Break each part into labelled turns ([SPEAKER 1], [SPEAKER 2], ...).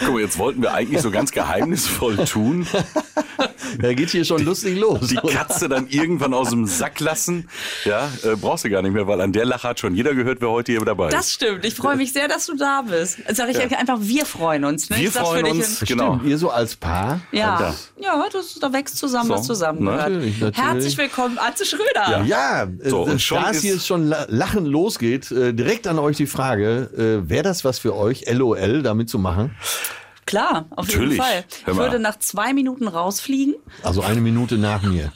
[SPEAKER 1] Guck mal, jetzt wollten wir eigentlich so ganz geheimnisvoll tun.
[SPEAKER 2] Da geht hier schon lustig los.
[SPEAKER 1] Die Katze dann irgendwann aus dem Sack lassen. Ja, äh, brauchst du gar nicht mehr, weil an der Lache hat schon jeder gehört, wer heute hier dabei ist.
[SPEAKER 3] Das stimmt. Ich freue mich sehr, dass du da bist. Sag ich
[SPEAKER 1] Ja.
[SPEAKER 3] einfach, wir freuen uns. Ne?
[SPEAKER 1] Wir
[SPEAKER 3] ich sag's
[SPEAKER 1] freuen
[SPEAKER 3] für dich
[SPEAKER 1] uns.
[SPEAKER 3] in-
[SPEAKER 1] Genau.
[SPEAKER 2] Stimmt, ihr so als Paar.
[SPEAKER 3] Ja,
[SPEAKER 1] Alter.
[SPEAKER 3] ja das, da wächst zusammen,
[SPEAKER 1] So,
[SPEAKER 3] was zusammengehört.
[SPEAKER 2] natürlich, natürlich.
[SPEAKER 3] Herzlich willkommen, Atze Schröder.
[SPEAKER 1] Ja.
[SPEAKER 2] Ja,
[SPEAKER 1] So,
[SPEAKER 2] äh,
[SPEAKER 1] und schon
[SPEAKER 2] da es
[SPEAKER 1] ist-
[SPEAKER 2] hier schon la- lachen losgeht, äh, direkt an euch die Frage, äh, wäre das was für euch, LOL, damit zu machen?
[SPEAKER 3] Klar, auf
[SPEAKER 1] Natürlich.
[SPEAKER 3] jeden Fall.
[SPEAKER 1] Hör
[SPEAKER 3] Ich
[SPEAKER 1] mal.
[SPEAKER 3] würde nach zwei Minuten rausfliegen.
[SPEAKER 2] Also eine Minute nach mir.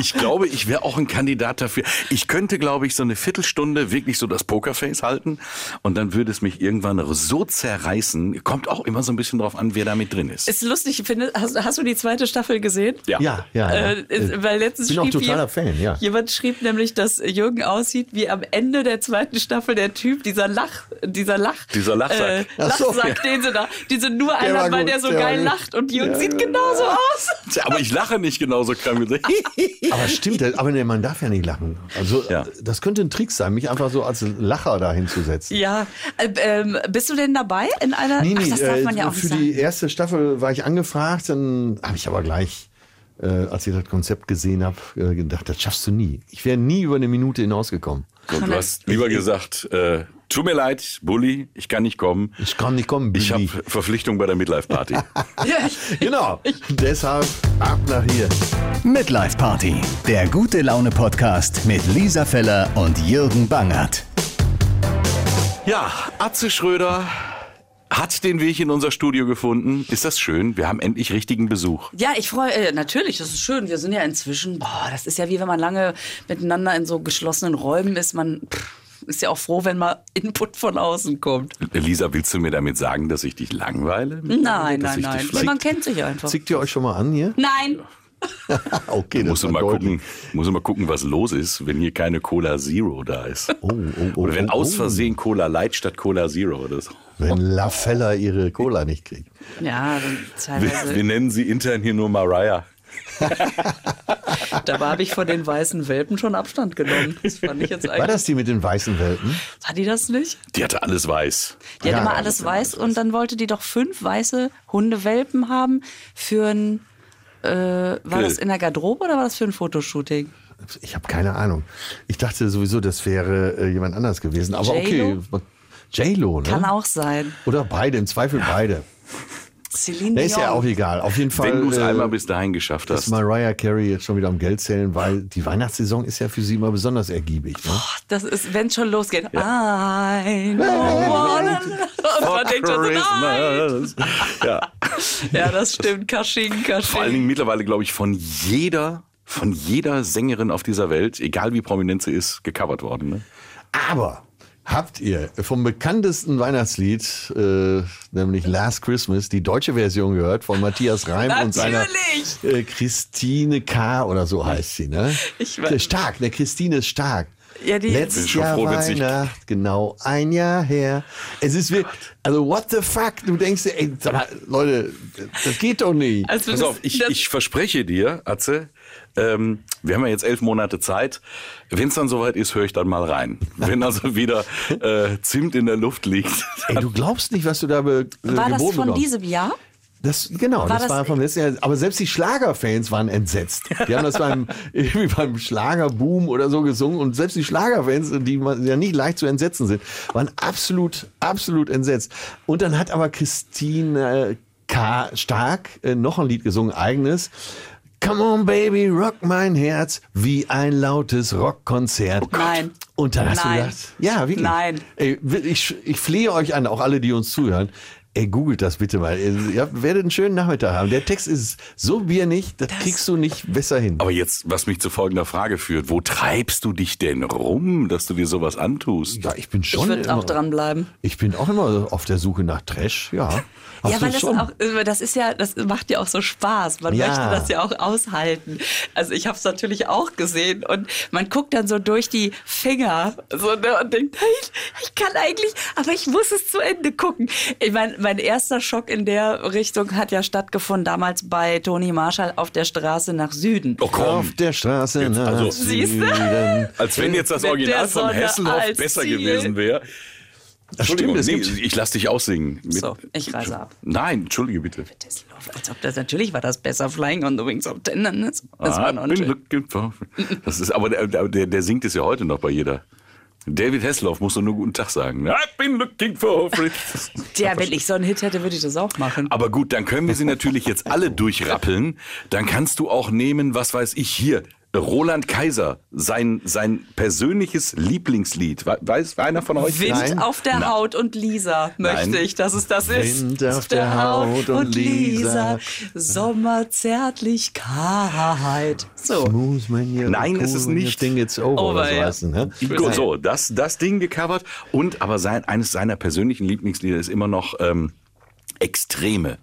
[SPEAKER 1] Ich glaube, ich wäre auch ein Kandidat dafür. Ich könnte, glaube ich, so eine Viertelstunde wirklich so das Pokerface halten und dann würde es mich irgendwann so zerreißen. Kommt auch immer so ein bisschen drauf an, wer da mit drin ist.
[SPEAKER 3] Ist lustig, ich finde, hast, hast du die zweite Staffel gesehen?
[SPEAKER 2] Ja, ja. ja.
[SPEAKER 3] Äh, ist- weil letztens
[SPEAKER 2] bin auch
[SPEAKER 3] schrieb
[SPEAKER 2] totaler
[SPEAKER 3] hier-
[SPEAKER 2] Fan, ja.
[SPEAKER 3] Jemand schrieb nämlich, dass Jürgen aussieht wie am Ende der zweiten Staffel der Typ, dieser Lach, dieser Lach,
[SPEAKER 1] Dieser Lachsack.
[SPEAKER 3] äh,
[SPEAKER 2] Ach so,
[SPEAKER 3] Lachsack, den sie da, den sie nur einladen,
[SPEAKER 2] war
[SPEAKER 3] weil
[SPEAKER 2] gut,
[SPEAKER 3] der so
[SPEAKER 2] der war
[SPEAKER 3] geil
[SPEAKER 2] gut.
[SPEAKER 3] lacht und Jürgen
[SPEAKER 2] Ja,
[SPEAKER 3] sieht
[SPEAKER 2] ja.
[SPEAKER 3] genauso aus.
[SPEAKER 1] Tja, Aber ich lache nicht genauso krank.
[SPEAKER 2] Aber stimmt, äh, aber nee, man darf ja nicht lachen. Also
[SPEAKER 1] Ja.
[SPEAKER 2] äh, das könnte ein Trick sein, mich einfach so als Lacher da hinzusetzen.
[SPEAKER 3] Ja, äh, ähm, bist du denn dabei in einer?
[SPEAKER 2] Nee, nee,
[SPEAKER 3] Ach, das darf
[SPEAKER 2] äh,
[SPEAKER 3] man ja auch
[SPEAKER 2] für
[SPEAKER 3] nicht
[SPEAKER 2] die
[SPEAKER 3] sagen.
[SPEAKER 2] erste Staffel war ich angefragt, dann habe ich aber gleich, äh, als ich das Konzept gesehen habe, äh, gedacht, das schaffst du nie. Ich wäre nie über eine Minute hinausgekommen.
[SPEAKER 1] Und du hast lieber gesagt, äh, tut mir leid, Bulli, ich kann nicht kommen.
[SPEAKER 2] Ich kann nicht kommen,
[SPEAKER 1] Ich habe
[SPEAKER 2] Billy.
[SPEAKER 1] Verpflichtung bei der Midlife Party.
[SPEAKER 2] Genau, deshalb ab nach hier.
[SPEAKER 4] Midlife Party, der gute Laune Podcast mit Lisa Feller und Jürgen Bangert.
[SPEAKER 1] Ja, Atze Schröder hat den Weg in unser Studio gefunden. Ist das schön? Wir haben endlich richtigen Besuch.
[SPEAKER 3] Ja, ich freue äh, natürlich, das ist schön. Wir sind ja inzwischen, boah, das ist ja wie wenn man lange miteinander in so geschlossenen Räumen ist. Man pff, ist ja auch froh, wenn mal Input von außen kommt.
[SPEAKER 1] Lisa, willst du mir damit sagen, dass ich dich langweile?
[SPEAKER 3] Nein,
[SPEAKER 1] dass
[SPEAKER 3] nein,
[SPEAKER 1] ich dich
[SPEAKER 3] nein.
[SPEAKER 1] vielleicht-
[SPEAKER 3] Man kennt sich einfach.
[SPEAKER 2] Zickt ihr euch schon mal an hier?
[SPEAKER 3] Nein.
[SPEAKER 2] Okay,
[SPEAKER 1] Muss
[SPEAKER 2] war
[SPEAKER 1] mal gucken,
[SPEAKER 2] deutlich.
[SPEAKER 1] muss mal gucken, was los ist, wenn hier keine Cola Zero da ist.
[SPEAKER 2] Oh, oh, oh,
[SPEAKER 1] Oder wenn
[SPEAKER 2] oh,
[SPEAKER 1] aus
[SPEAKER 2] oh.
[SPEAKER 1] Versehen Cola Light statt Cola Zero oder so.
[SPEAKER 2] Wenn La Fella ihre Cola nicht kriegt.
[SPEAKER 3] Ja, dann
[SPEAKER 1] Wir, wir
[SPEAKER 3] teilweise.
[SPEAKER 1] nennen sie intern hier nur Mariah.
[SPEAKER 3] Dabei habe ich von den weißen Welpen schon Abstand genommen. Das fand ich jetzt
[SPEAKER 2] War
[SPEAKER 3] eigentlich.
[SPEAKER 2] das die mit den weißen Welpen?
[SPEAKER 3] War die das nicht?
[SPEAKER 1] Die hatte alles weiß.
[SPEAKER 3] Die hat
[SPEAKER 2] Ja,
[SPEAKER 3] immer alles weiß und dann wollte die doch fünf weiße Hundewelpen haben für ein. Äh, war
[SPEAKER 1] Grill.
[SPEAKER 3] das in der Garderobe oder war das für ein Fotoshooting?
[SPEAKER 2] Ich habe keine Ahnung. Ich dachte sowieso, das wäre äh, jemand anders gewesen. Aber okay.
[SPEAKER 3] J-Lo?
[SPEAKER 2] J-Lo, ne?
[SPEAKER 3] Kann auch sein.
[SPEAKER 2] Oder beide, im Zweifel beide.
[SPEAKER 3] Celine
[SPEAKER 2] Ne,
[SPEAKER 3] Dion.
[SPEAKER 2] ist ja auch egal. Auf jeden Fall.
[SPEAKER 1] Wenn du es
[SPEAKER 2] äh,
[SPEAKER 1] einmal bis dahin geschafft
[SPEAKER 2] ist
[SPEAKER 1] hast.
[SPEAKER 2] Mariah Carey jetzt schon wieder am Geld zählen, weil die Weihnachtssaison ist ja für sie immer besonders ergiebig. Ne?
[SPEAKER 3] Das ist, wenn schon losgeht. I don't wanna Und man denkt schon so, nein.
[SPEAKER 1] Ja.
[SPEAKER 3] Ja, das stimmt. Kasching,
[SPEAKER 1] Vor allen
[SPEAKER 3] Kasching.
[SPEAKER 1] Dingen mittlerweile, glaube ich, von jeder, von jeder Sängerin auf dieser Welt, egal wie prominent sie ist, gecovert worden. Ne?
[SPEAKER 2] Aber habt ihr vom bekanntesten Weihnachtslied, äh, nämlich Last Christmas, die deutsche Version gehört von Matthias Reim und seiner
[SPEAKER 3] Natürlich!
[SPEAKER 2] äh, Christine K. oder so heißt sie, ne?
[SPEAKER 3] Ich weiß-
[SPEAKER 2] weiß. Stark, ne? Christine ist stark.
[SPEAKER 3] Ja, die-
[SPEAKER 1] Bin
[SPEAKER 2] Letztes
[SPEAKER 1] schon
[SPEAKER 2] Jahr
[SPEAKER 1] froh, wenn's nicht-
[SPEAKER 2] Weihnacht, genau ein Jahr her. Es ist wirklich, also what the fuck? Du denkst, dir, ey, sag mal, Leute, das geht doch nicht.
[SPEAKER 3] Also
[SPEAKER 1] Pass
[SPEAKER 3] das-
[SPEAKER 1] auf, ich,
[SPEAKER 3] das-
[SPEAKER 1] ich verspreche dir, Atze, ähm, wir haben ja jetzt elf Monate Zeit. Wenn es dann soweit ist, höre ich dann mal rein. Wenn also wieder äh, Zimt in der Luft liegt.
[SPEAKER 2] Ey, du glaubst nicht, was du da be äh,
[SPEAKER 3] War das
[SPEAKER 2] geboten
[SPEAKER 3] von
[SPEAKER 2] bekommst.
[SPEAKER 3] diesem Jahr?
[SPEAKER 2] Das, genau, das,
[SPEAKER 3] das-
[SPEAKER 2] war vom letzten Jahr. Aber selbst die Schlagerfans waren entsetzt. Die haben das beim, irgendwie beim Schlagerboom oder so gesungen. Und selbst die Schlagerfans, die man- die ja nicht leicht zu entsetzen sind, waren absolut, absolut entsetzt. Und dann hat aber Christine K. Stark äh, noch ein Lied gesungen, eigenes. Come on, baby, rock mein Herz wie ein lautes Rockkonzert.
[SPEAKER 3] Nein.
[SPEAKER 2] Und dann hast
[SPEAKER 3] Nein.
[SPEAKER 2] du gedacht, ja, wirklich.
[SPEAKER 3] Nein.
[SPEAKER 2] Ey, ich, ich flehe euch an, auch alle, die uns zuhören. Ey, googelt das bitte mal. Ihr habt- werdet einen schönen Nachmittag haben. Der Text ist so biernig, das, kriegst du nicht besser hin.
[SPEAKER 1] Aber jetzt, was mich zu folgender Frage führt, wo treibst du dich denn rum, dass du dir sowas antust?
[SPEAKER 2] Ja, ich bin schon.
[SPEAKER 3] Ich würde
[SPEAKER 2] immer,
[SPEAKER 3] auch dranbleiben.
[SPEAKER 2] Ich bin auch immer auf der Suche nach Trash, ja. Hast
[SPEAKER 3] ja, weil
[SPEAKER 2] du
[SPEAKER 3] das
[SPEAKER 2] schon.
[SPEAKER 3] auch, äh, das ist ja, das macht ja auch so Spaß. Man
[SPEAKER 2] Ja.
[SPEAKER 3] möchte das ja auch aushalten. Also ich habe es natürlich auch gesehen und man guckt dann so durch die Finger so, ne, und denkt, hey, ich kann eigentlich, aber ich muss es zu Ende gucken. Ich meine, mein erster Schock in der Richtung hat ja stattgefunden, damals bei Toni Marshall auf der Straße nach Süden.
[SPEAKER 1] Oh komm,
[SPEAKER 2] Auf der Straße
[SPEAKER 1] Jetzt,
[SPEAKER 2] nach
[SPEAKER 1] also-
[SPEAKER 3] Siehst du?
[SPEAKER 2] Süden.
[SPEAKER 1] als wenn jetzt das
[SPEAKER 3] Mit
[SPEAKER 1] Original
[SPEAKER 3] der
[SPEAKER 1] von
[SPEAKER 3] Sonne
[SPEAKER 1] Hasselhoff
[SPEAKER 3] als
[SPEAKER 1] besser
[SPEAKER 3] Ziel.
[SPEAKER 1] gewesen wäre.
[SPEAKER 2] Stimmt,
[SPEAKER 1] Entschuldigung,
[SPEAKER 2] es
[SPEAKER 1] nee,
[SPEAKER 2] gibt
[SPEAKER 1] ich lass dich aussingen. Mit-
[SPEAKER 3] So, ich reise ab.
[SPEAKER 1] Nein, entschuldige bitte.
[SPEAKER 3] Das läuft, als ob das natürlich war das besser Flying on the Wings of Tenderness. Das
[SPEAKER 1] Ah,
[SPEAKER 3] war noch
[SPEAKER 1] bin
[SPEAKER 3] nicht.
[SPEAKER 1] looking for- Das ist, aber der, der, der singt es ja heute noch bei jeder. David Hasselhoff muss doch nur guten Tag sagen. ne? I've been looking for Fritz.
[SPEAKER 3] Ja, wenn ich so einen Hit hätte, würde ich das auch machen.
[SPEAKER 1] Aber gut, dann können wir sie natürlich jetzt alle durchrappeln. Dann kannst du auch nehmen, was weiß ich hier. Roland Kaiser, sein, sein persönliches Lieblingslied. We- Weiß einer von euch?
[SPEAKER 3] Wind
[SPEAKER 2] Nein.
[SPEAKER 3] auf der Haut und Lisa möchte
[SPEAKER 1] Nein.
[SPEAKER 3] ich, dass es das ist.
[SPEAKER 2] Wind auf der Haut und Lisa.
[SPEAKER 3] Sommerzärtlichkeit. So.
[SPEAKER 2] Smooth when you're
[SPEAKER 1] Nein, es ist
[SPEAKER 2] when you
[SPEAKER 1] nicht.
[SPEAKER 2] think it's over,
[SPEAKER 3] Over,
[SPEAKER 2] oder so
[SPEAKER 3] ja.
[SPEAKER 2] heißt es, ne?
[SPEAKER 1] Gut, so, das, das Ding gecovert. Und aber sein, eines seiner persönlichen Lieblingslieder ist immer noch ähm, Extreme.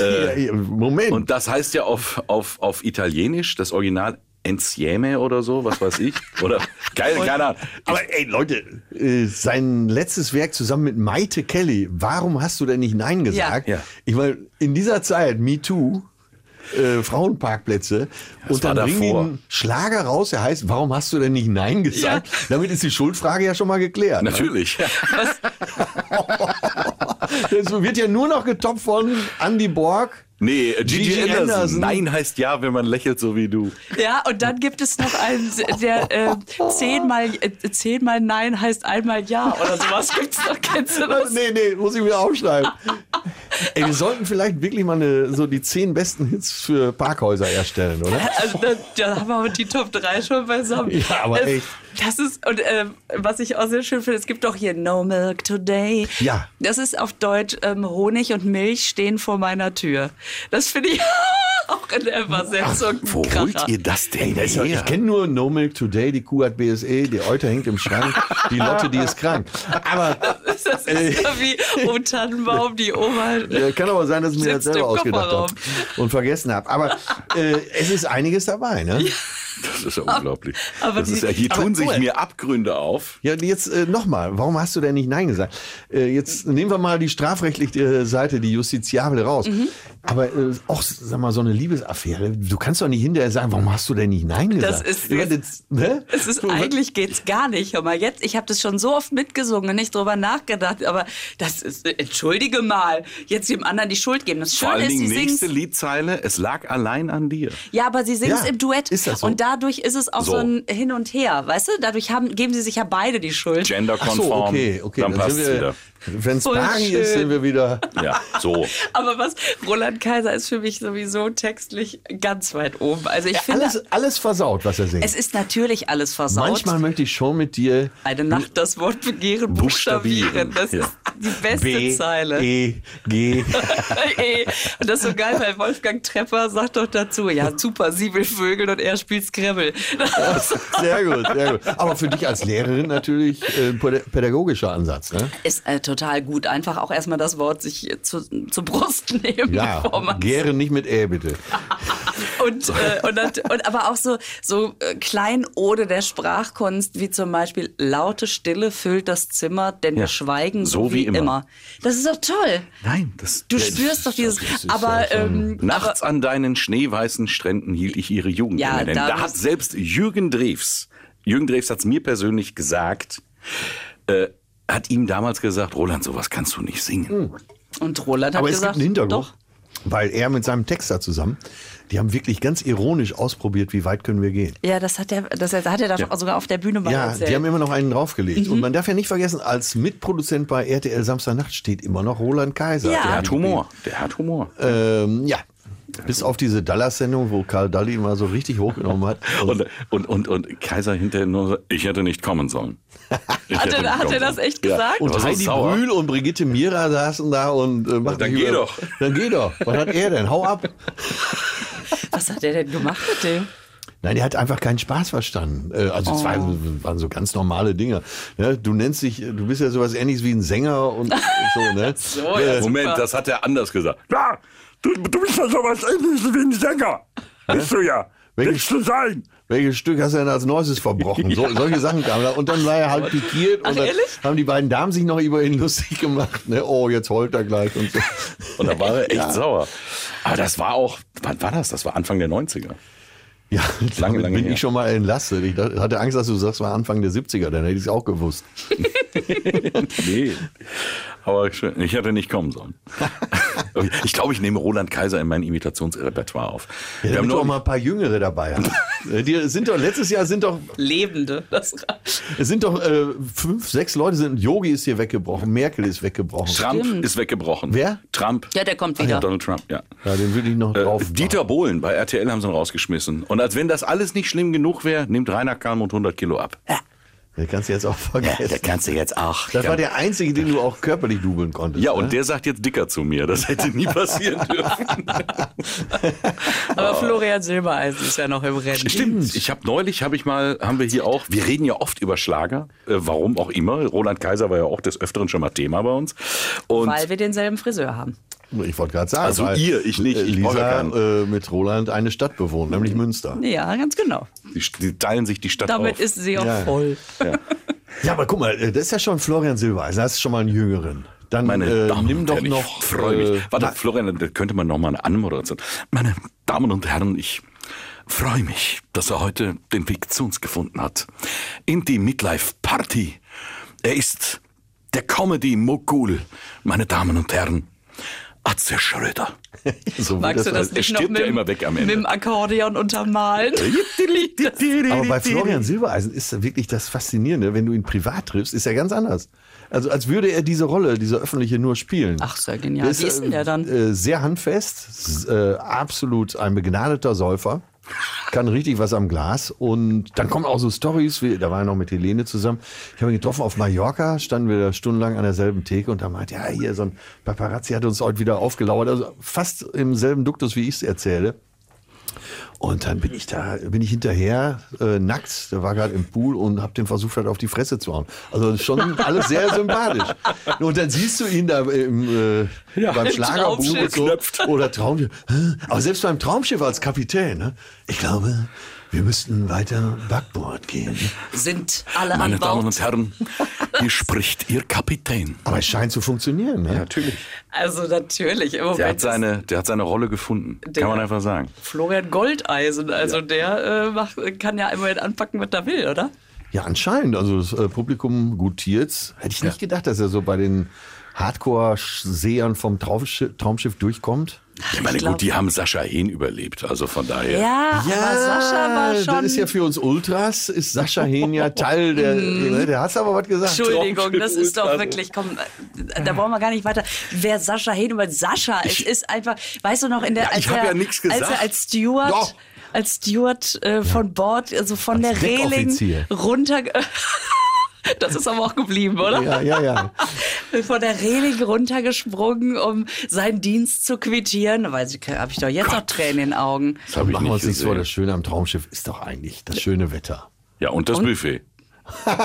[SPEAKER 2] Ja, ja, Moment.
[SPEAKER 1] Und das heißt ja auf, auf, auf Italienisch, das Original Ensieme oder so, was weiß ich. Oder keine, keine Ahnung. Aber ey, Leute,
[SPEAKER 2] äh, sein letztes Werk zusammen mit Maite Kelly. Warum hast du denn nicht Nein gesagt?
[SPEAKER 1] Ja.
[SPEAKER 2] Ich meine, in dieser Zeit, Me Too, äh, Frauenparkplätze und
[SPEAKER 1] war
[SPEAKER 2] dann bringen die
[SPEAKER 1] davor.
[SPEAKER 2] einen Schlager raus, der heißt, warum hast du denn nicht Nein gesagt?
[SPEAKER 3] Ja.
[SPEAKER 2] Damit ist die Schuldfrage ja schon mal geklärt.
[SPEAKER 1] natürlich.
[SPEAKER 2] Es wird ja nur noch getoppt von Andy Borg.
[SPEAKER 1] Nee, äh, Gigi,
[SPEAKER 2] Gigi
[SPEAKER 1] Anderson.
[SPEAKER 2] Anderson.
[SPEAKER 1] Nein heißt ja, wenn man lächelt, so wie du.
[SPEAKER 3] Ja, und dann gibt es noch einen, der äh, zehnmal, äh, zehnmal Nein heißt einmal Ja oder sowas. Gibt's noch, kennst du das?
[SPEAKER 2] Nee, nee, muss ich mir aufschreiben. Ey, wir sollten vielleicht wirklich mal eine, so die zehn besten Hits für Parkhäuser erstellen, oder?
[SPEAKER 3] Also, da, da haben wir aber die Top 3 schon beisammen.
[SPEAKER 2] Ja, aber
[SPEAKER 3] das,
[SPEAKER 2] echt.
[SPEAKER 3] Das ist, und ähm, was ich auch sehr schön finde, es gibt doch hier No Milk Today.
[SPEAKER 2] Ja.
[SPEAKER 3] Das ist auf Deutsch ähm, Honig und Milch stehen vor meiner Tür. Das finde ich auch in der Übersetzung. ein
[SPEAKER 1] Wo holt
[SPEAKER 3] Kracher.
[SPEAKER 1] ihr das denn
[SPEAKER 2] Das ist ja-
[SPEAKER 1] her?
[SPEAKER 2] Also, Ich kenne nur No Milk Today, die Kuh hat BSE, die Euter hängt im Schrank, die Lotte, die ist krank. Aber
[SPEAKER 3] Das ist so wie Oh Tannenbaum, die Oma.
[SPEAKER 2] äh, kann aber sein, dass ich mir das
[SPEAKER 3] Sitzt
[SPEAKER 2] selber
[SPEAKER 3] im
[SPEAKER 2] ausgedacht habe
[SPEAKER 3] Kofferraum.
[SPEAKER 2] und vergessen habe. Aber äh, es ist einiges dabei, ne?
[SPEAKER 1] Das ist ja unglaublich.
[SPEAKER 3] aber
[SPEAKER 1] das ist
[SPEAKER 3] die-
[SPEAKER 1] ja, hier
[SPEAKER 2] aber
[SPEAKER 1] tun sich
[SPEAKER 2] cool.
[SPEAKER 1] mir Abgründe auf.
[SPEAKER 2] Ja, jetzt äh, nochmal, warum hast du denn nicht Nein gesagt? Äh, jetzt nehmen wir mal die strafrechtliche Seite, die justiziable raus.
[SPEAKER 3] Mhm.
[SPEAKER 2] Aber äh, auch, sag mal, so eine Liebesaffäre, du kannst doch nicht hinterher sagen, warum hast du denn nicht Nein gesagt?
[SPEAKER 3] Das ist-
[SPEAKER 2] Ich meine, jetzt, ne?
[SPEAKER 3] Es ist eigentlich geht's gar nicht. Hör mal, jetzt, ich habe das schon so oft mitgesungen, und nicht drüber nachgedacht, aber das ist, äh, entschuldige mal, jetzt dem anderen die Schuld geben. Das
[SPEAKER 1] Vor
[SPEAKER 3] Schöne
[SPEAKER 1] allen
[SPEAKER 3] ist,
[SPEAKER 1] Dingen
[SPEAKER 3] sie
[SPEAKER 1] nächste
[SPEAKER 3] singen
[SPEAKER 1] Liedzeile, es lag allein an dir.
[SPEAKER 3] Ja, aber sie singen es
[SPEAKER 2] Ja,
[SPEAKER 3] im Duett.
[SPEAKER 2] ist das so?
[SPEAKER 3] Und dadurch ist es auch so.
[SPEAKER 1] So.
[SPEAKER 3] ein Hin und Her, weißt du? Dadurch haben, geben sie sich ja beide die Schuld.
[SPEAKER 2] Ach so,
[SPEAKER 1] Genderkonform.
[SPEAKER 2] okay, okay.
[SPEAKER 1] Dann passt
[SPEAKER 2] sind
[SPEAKER 1] es
[SPEAKER 2] wir-
[SPEAKER 1] wieder.
[SPEAKER 2] Wenn's
[SPEAKER 3] Voll
[SPEAKER 2] Bari ist,
[SPEAKER 3] schön.
[SPEAKER 2] sind wir wieder.
[SPEAKER 1] Ja, so.
[SPEAKER 3] Aber was, Roland Kaiser ist für mich sowieso textlich ganz weit oben. Also ich finde,
[SPEAKER 2] Alles, alles versaut, was er singt.
[SPEAKER 3] es ist natürlich alles versaut.
[SPEAKER 2] Manchmal möchte ich schon mit dir
[SPEAKER 3] eine Nacht das Wort begehren, buchstabieren.
[SPEAKER 1] Buchstabieren,
[SPEAKER 3] Das
[SPEAKER 1] ja.
[SPEAKER 3] ist die beste
[SPEAKER 2] B,
[SPEAKER 3] Zeile.
[SPEAKER 2] E, G.
[SPEAKER 3] Ey, und das ist so geil, weil Wolfgang Trepper sagt doch dazu, ja, super, sie will Vögel und er spielt Scrabble.
[SPEAKER 2] Sehr gut, sehr gut. Aber für dich als Lehrerin natürlich äh, ein päda- pädagogischer Ansatz. Ne?
[SPEAKER 3] Ist äh, total gut. Einfach auch erstmal das Wort sich äh, zu, zur Brust nehmen. bevor
[SPEAKER 2] Ja,
[SPEAKER 3] man's-
[SPEAKER 2] gäre nicht mit Ä, bitte.
[SPEAKER 3] und, äh, und, nat- und aber auch so, so äh, Kleinode der Sprachkunst, wie zum Beispiel laute Stille füllt das Zimmer, denn
[SPEAKER 1] Ja.
[SPEAKER 3] wir schweigen so,
[SPEAKER 1] So wie
[SPEAKER 3] wie,
[SPEAKER 1] immer.
[SPEAKER 3] immer. Das ist doch toll.
[SPEAKER 1] Nein, das
[SPEAKER 3] Du spürst doch dieses,
[SPEAKER 2] das ist
[SPEAKER 3] aber
[SPEAKER 2] ja schon-
[SPEAKER 3] ähm,
[SPEAKER 1] Nachts an deinen schneeweißen Stränden hielt ich ihre Jugend.
[SPEAKER 3] Ja,
[SPEAKER 1] inne. Denn
[SPEAKER 3] da
[SPEAKER 1] da hat
[SPEAKER 3] muss-
[SPEAKER 1] selbst Jürgen Drews, Jürgen Drews hat es mir persönlich gesagt, äh, hat ihm damals gesagt, Roland, sowas kannst du nicht singen.
[SPEAKER 3] Mhm. und Roland hat
[SPEAKER 2] Aber es
[SPEAKER 3] gesagt,
[SPEAKER 2] gibt einen Hintergrund.
[SPEAKER 3] doch,
[SPEAKER 2] Weil er mit seinem Texter zusammen, die haben wirklich ganz ironisch ausprobiert, wie weit können wir gehen.
[SPEAKER 3] ja, das hat er, das hat er da sogar auf der Bühne mal
[SPEAKER 2] Ja,
[SPEAKER 3] erzählt. Mhm.
[SPEAKER 2] die haben immer noch einen draufgelegt. Und man darf ja nicht vergessen, als Mitproduzent bei RTL Samstagnacht steht immer noch Roland Kaiser.
[SPEAKER 3] Ja.
[SPEAKER 1] Der hat Humor. Der hat Humor.
[SPEAKER 3] Äh,
[SPEAKER 2] Ähm, ja. Bis auf diese Dallas-Sendung, wo Karl Dalli mal so richtig hochgenommen hat.
[SPEAKER 1] Und, und, und, und Kaiser hinterher nur so, ich hätte nicht kommen sollen. Ich
[SPEAKER 3] Hat
[SPEAKER 1] hätte
[SPEAKER 3] er-
[SPEAKER 1] nicht
[SPEAKER 3] hat er
[SPEAKER 1] kommen
[SPEAKER 3] das
[SPEAKER 1] sollen.
[SPEAKER 3] echt gesagt?
[SPEAKER 1] Und
[SPEAKER 2] Und
[SPEAKER 1] war
[SPEAKER 2] Heidi
[SPEAKER 1] so sauer.
[SPEAKER 2] Brühl und Brigitte Mira saßen da und äh, machten
[SPEAKER 1] Dann
[SPEAKER 2] sich
[SPEAKER 1] geh
[SPEAKER 2] über-
[SPEAKER 1] doch.
[SPEAKER 2] Dann geh doch. Was hat er denn? Hau ab.
[SPEAKER 3] Was hat er denn gemacht mit dem?
[SPEAKER 2] Nein, er hat einfach keinen Spaß verstanden. Äh, Also es waren, waren so ganz normale Dinge. Ne? Du nennst dich, du bist ja sowas ähnliches wie ein Sänger und so, ne?
[SPEAKER 3] Oh, ja,
[SPEAKER 1] Moment,
[SPEAKER 3] super.
[SPEAKER 1] das hat er anders gesagt. Ja, du, du bist ja sowas ähnliches wie ein Sänger. Bist du ja.
[SPEAKER 2] Welches,
[SPEAKER 1] zu sein!
[SPEAKER 2] welches Stück hast du denn als neuestes verbrochen? So, Solche Sachen kamen da. Und dann war er halt pikiert.
[SPEAKER 3] Ach,
[SPEAKER 1] also
[SPEAKER 2] und dann
[SPEAKER 3] ehrlich?
[SPEAKER 2] haben die beiden Damen sich noch über ihn lustig gemacht. Ne? Oh, jetzt heult er gleich und so.
[SPEAKER 1] Und da war er echt sauer. Aber das war auch, wann war das? Das war Anfang der 90er.
[SPEAKER 2] Ja,
[SPEAKER 1] Lange,
[SPEAKER 2] lange,
[SPEAKER 1] lange
[SPEAKER 2] bin
[SPEAKER 1] her.
[SPEAKER 2] ich schon mal entlastet. Ich dachte- hatte Angst, dass du sagst, war Anfang der 70er, dann hätte ich es auch gewusst.
[SPEAKER 1] Nee. Aber schön. ich hätte nicht kommen sollen. ich glaube, ich nehme Roland Kaiser in mein Imitationsrepertoire auf. Wir
[SPEAKER 2] Ja,
[SPEAKER 1] haben
[SPEAKER 2] damit du auch
[SPEAKER 1] nur um
[SPEAKER 2] mal ein paar Jüngere dabei hast. Äh, Die sind doch, letztes Jahr sind doch,
[SPEAKER 3] Lebende. Das war-
[SPEAKER 2] es sind doch äh, fünf, sechs Leute sind, Yogi ist hier weggebrochen, Merkel ist weggebrochen.
[SPEAKER 1] Trump ist weggebrochen.
[SPEAKER 2] Wer?
[SPEAKER 1] Trump.
[SPEAKER 3] Ja, der kommt wieder.
[SPEAKER 1] Donald Trump, ja.
[SPEAKER 2] Ja, den würde ich noch
[SPEAKER 1] Äh,
[SPEAKER 2] drauf.
[SPEAKER 1] Dieter Bohlen bei RTL haben sie ihn rausgeschmissen. Und als wenn das alles nicht schlimm genug wäre, nimmt Rainer Kalmund 100 Kilo ab.
[SPEAKER 2] Den kannst du jetzt auch vergessen.
[SPEAKER 1] kannst du jetzt auch.
[SPEAKER 2] das war der einzige, den du auch körperlich dubeln konntest.
[SPEAKER 1] ja,
[SPEAKER 2] ne?
[SPEAKER 1] und der sagt jetzt dicker zu mir. Das hätte nie passieren dürfen.
[SPEAKER 2] Oh.
[SPEAKER 3] Aber Florian Silbereisen ist ja noch im Rennen.
[SPEAKER 1] Stimmt. Ich habe neulich, habe ich mal, haben wir hier auch, wir reden ja oft über Schlager, äh, warum auch immer. Roland Kaiser war ja auch des Öfteren schon mal Thema bei uns. Und
[SPEAKER 3] Weil wir denselben Friseur haben.
[SPEAKER 2] Ich wollte gerade sagen.
[SPEAKER 1] Also
[SPEAKER 2] weil
[SPEAKER 1] ihr, ich nicht,
[SPEAKER 2] äh,
[SPEAKER 1] ich brauche ja Mhm.
[SPEAKER 2] Lisa äh, mit Roland eine Stadt bewohnt, nämlich Münster.
[SPEAKER 3] Ja, ganz genau.
[SPEAKER 1] die, die teilen sich die Stadt
[SPEAKER 3] Damit
[SPEAKER 1] auf.
[SPEAKER 3] ist sie auch
[SPEAKER 2] Ja.
[SPEAKER 3] voll.
[SPEAKER 2] Ja, aber guck mal, äh, das ist ja schon Florian Silbereisen, das ist schon mal einen Jüngeren. Dann
[SPEAKER 1] Meine
[SPEAKER 2] äh,
[SPEAKER 1] Damen
[SPEAKER 2] nimm
[SPEAKER 1] und
[SPEAKER 2] doch
[SPEAKER 1] Herren,
[SPEAKER 2] noch.
[SPEAKER 1] Ich freue mich.
[SPEAKER 2] äh,
[SPEAKER 1] Warte,
[SPEAKER 2] na-
[SPEAKER 1] Florian, da könnte man noch mal eine Anmoderation. Meine Damen und Herren, ich freue mich, dass er heute den Weg zu uns gefunden hat. In die Midlife Party. Er ist der Comedy-Mogul, meine Damen und Herren. Atze Schröder.
[SPEAKER 2] so wie
[SPEAKER 3] Magst du
[SPEAKER 2] war.
[SPEAKER 3] das
[SPEAKER 1] er
[SPEAKER 3] nicht noch
[SPEAKER 1] stirbt
[SPEAKER 3] mit,
[SPEAKER 1] ja
[SPEAKER 3] dem-
[SPEAKER 1] immer weg am Ende. Äh,
[SPEAKER 3] mit dem Akkordeon untermalen?
[SPEAKER 2] Aber bei Florian Silbereisen ist wirklich das Faszinierende, wenn du ihn privat triffst, ist er ganz anders. Also als würde er diese Rolle, diese öffentliche nur spielen.
[SPEAKER 3] Ach, sehr genial. Wie ist denn der
[SPEAKER 2] äh,
[SPEAKER 3] dann?
[SPEAKER 2] Äh, sehr handfest, s- äh, absolut ein begnadeter Säufer, kann richtig was am Glas und dann kommen auch so Stories, wie, da war er noch mit Helene zusammen. Ich habe ihn getroffen auf Mallorca, standen wir da stundenlang an derselben Theke und da meinte, ja, hier so ein Paparazzi hat uns heute wieder aufgelauert, also fast im selben Duktus, wie ich es erzähle. Und dann bin ich da, bin ich hinterher äh, nackt, der war gerade im Pool und hab den versucht halt auf die Fresse zu hauen. Also schon alles sehr sympathisch. Und dann siehst du ihn da im, äh,
[SPEAKER 1] Ja,
[SPEAKER 2] beim
[SPEAKER 1] im
[SPEAKER 2] Schlagerbuch
[SPEAKER 3] Traumschiff.
[SPEAKER 2] und so,
[SPEAKER 1] Knöpft.
[SPEAKER 2] oder Traumschiff. Hä? Aber selbst beim Traumschiff als Kapitän, ne? ich glaube, wir müssten weiter Backbord gehen.
[SPEAKER 3] Sind alle
[SPEAKER 1] Meine
[SPEAKER 3] an
[SPEAKER 1] Damen
[SPEAKER 3] Bord.
[SPEAKER 1] und Herren, hier spricht Ihr Kapitän.
[SPEAKER 2] Aber es scheint zu funktionieren. Ne?
[SPEAKER 1] Natürlich.
[SPEAKER 3] Also natürlich.
[SPEAKER 1] Der
[SPEAKER 3] Im Moment
[SPEAKER 1] hat
[SPEAKER 3] ist
[SPEAKER 1] seine, der hat seine Rolle gefunden.
[SPEAKER 3] Der-
[SPEAKER 1] Kann man einfach sagen.
[SPEAKER 3] Florian Goldeisen. Also der äh, macht, kann ja im Moment anpacken, was er will, oder?
[SPEAKER 2] Ja, anscheinend. Also das äh, Publikum gutiert's. Hätte ich nicht gedacht, dass er so bei den Hardcore-Sehern vom Traumschiff, Traumschiff durchkommt.
[SPEAKER 1] Ich meine,
[SPEAKER 3] glaub-
[SPEAKER 1] gut, die haben Sascha Hehn überlebt. Also von daher.
[SPEAKER 3] aber Sascha war
[SPEAKER 2] Das
[SPEAKER 3] schon.
[SPEAKER 2] ist ja für uns Ultras, ist Sascha Hehn ja Teil der. Ne, der hast aber was gesagt.
[SPEAKER 3] Entschuldigung,
[SPEAKER 1] Traumschiff
[SPEAKER 3] das ist doch
[SPEAKER 1] Ultras.
[SPEAKER 3] wirklich, komm,
[SPEAKER 1] also.
[SPEAKER 3] äh, da brauchen wir gar nicht weiter. Wer Sascha Hehn über Sascha, es ist einfach, weißt du noch, in der,
[SPEAKER 1] Ja, ich
[SPEAKER 3] als,
[SPEAKER 1] hab
[SPEAKER 3] er,
[SPEAKER 1] ja nichts
[SPEAKER 3] als
[SPEAKER 1] gesagt.
[SPEAKER 3] er als Steward,
[SPEAKER 2] Doch.
[SPEAKER 3] als Steward äh, von Bord, also von
[SPEAKER 2] Als
[SPEAKER 3] der Reling
[SPEAKER 2] Deckoffizier.
[SPEAKER 3] runter, das ist aber auch geblieben, oder?
[SPEAKER 2] Ja, ja, ja.
[SPEAKER 3] Von der Reling runtergesprungen, um seinen Dienst zu quittieren. Da Weiß ich, habe ich doch jetzt noch Tränen in den Augen.
[SPEAKER 1] Das habe ich
[SPEAKER 2] Machen
[SPEAKER 1] nicht
[SPEAKER 2] wir uns nichts vor,
[SPEAKER 1] gesehen.
[SPEAKER 2] das Schöne am Traumschiff ist doch eigentlich das schöne Wetter.
[SPEAKER 1] Ja, und das Buffet.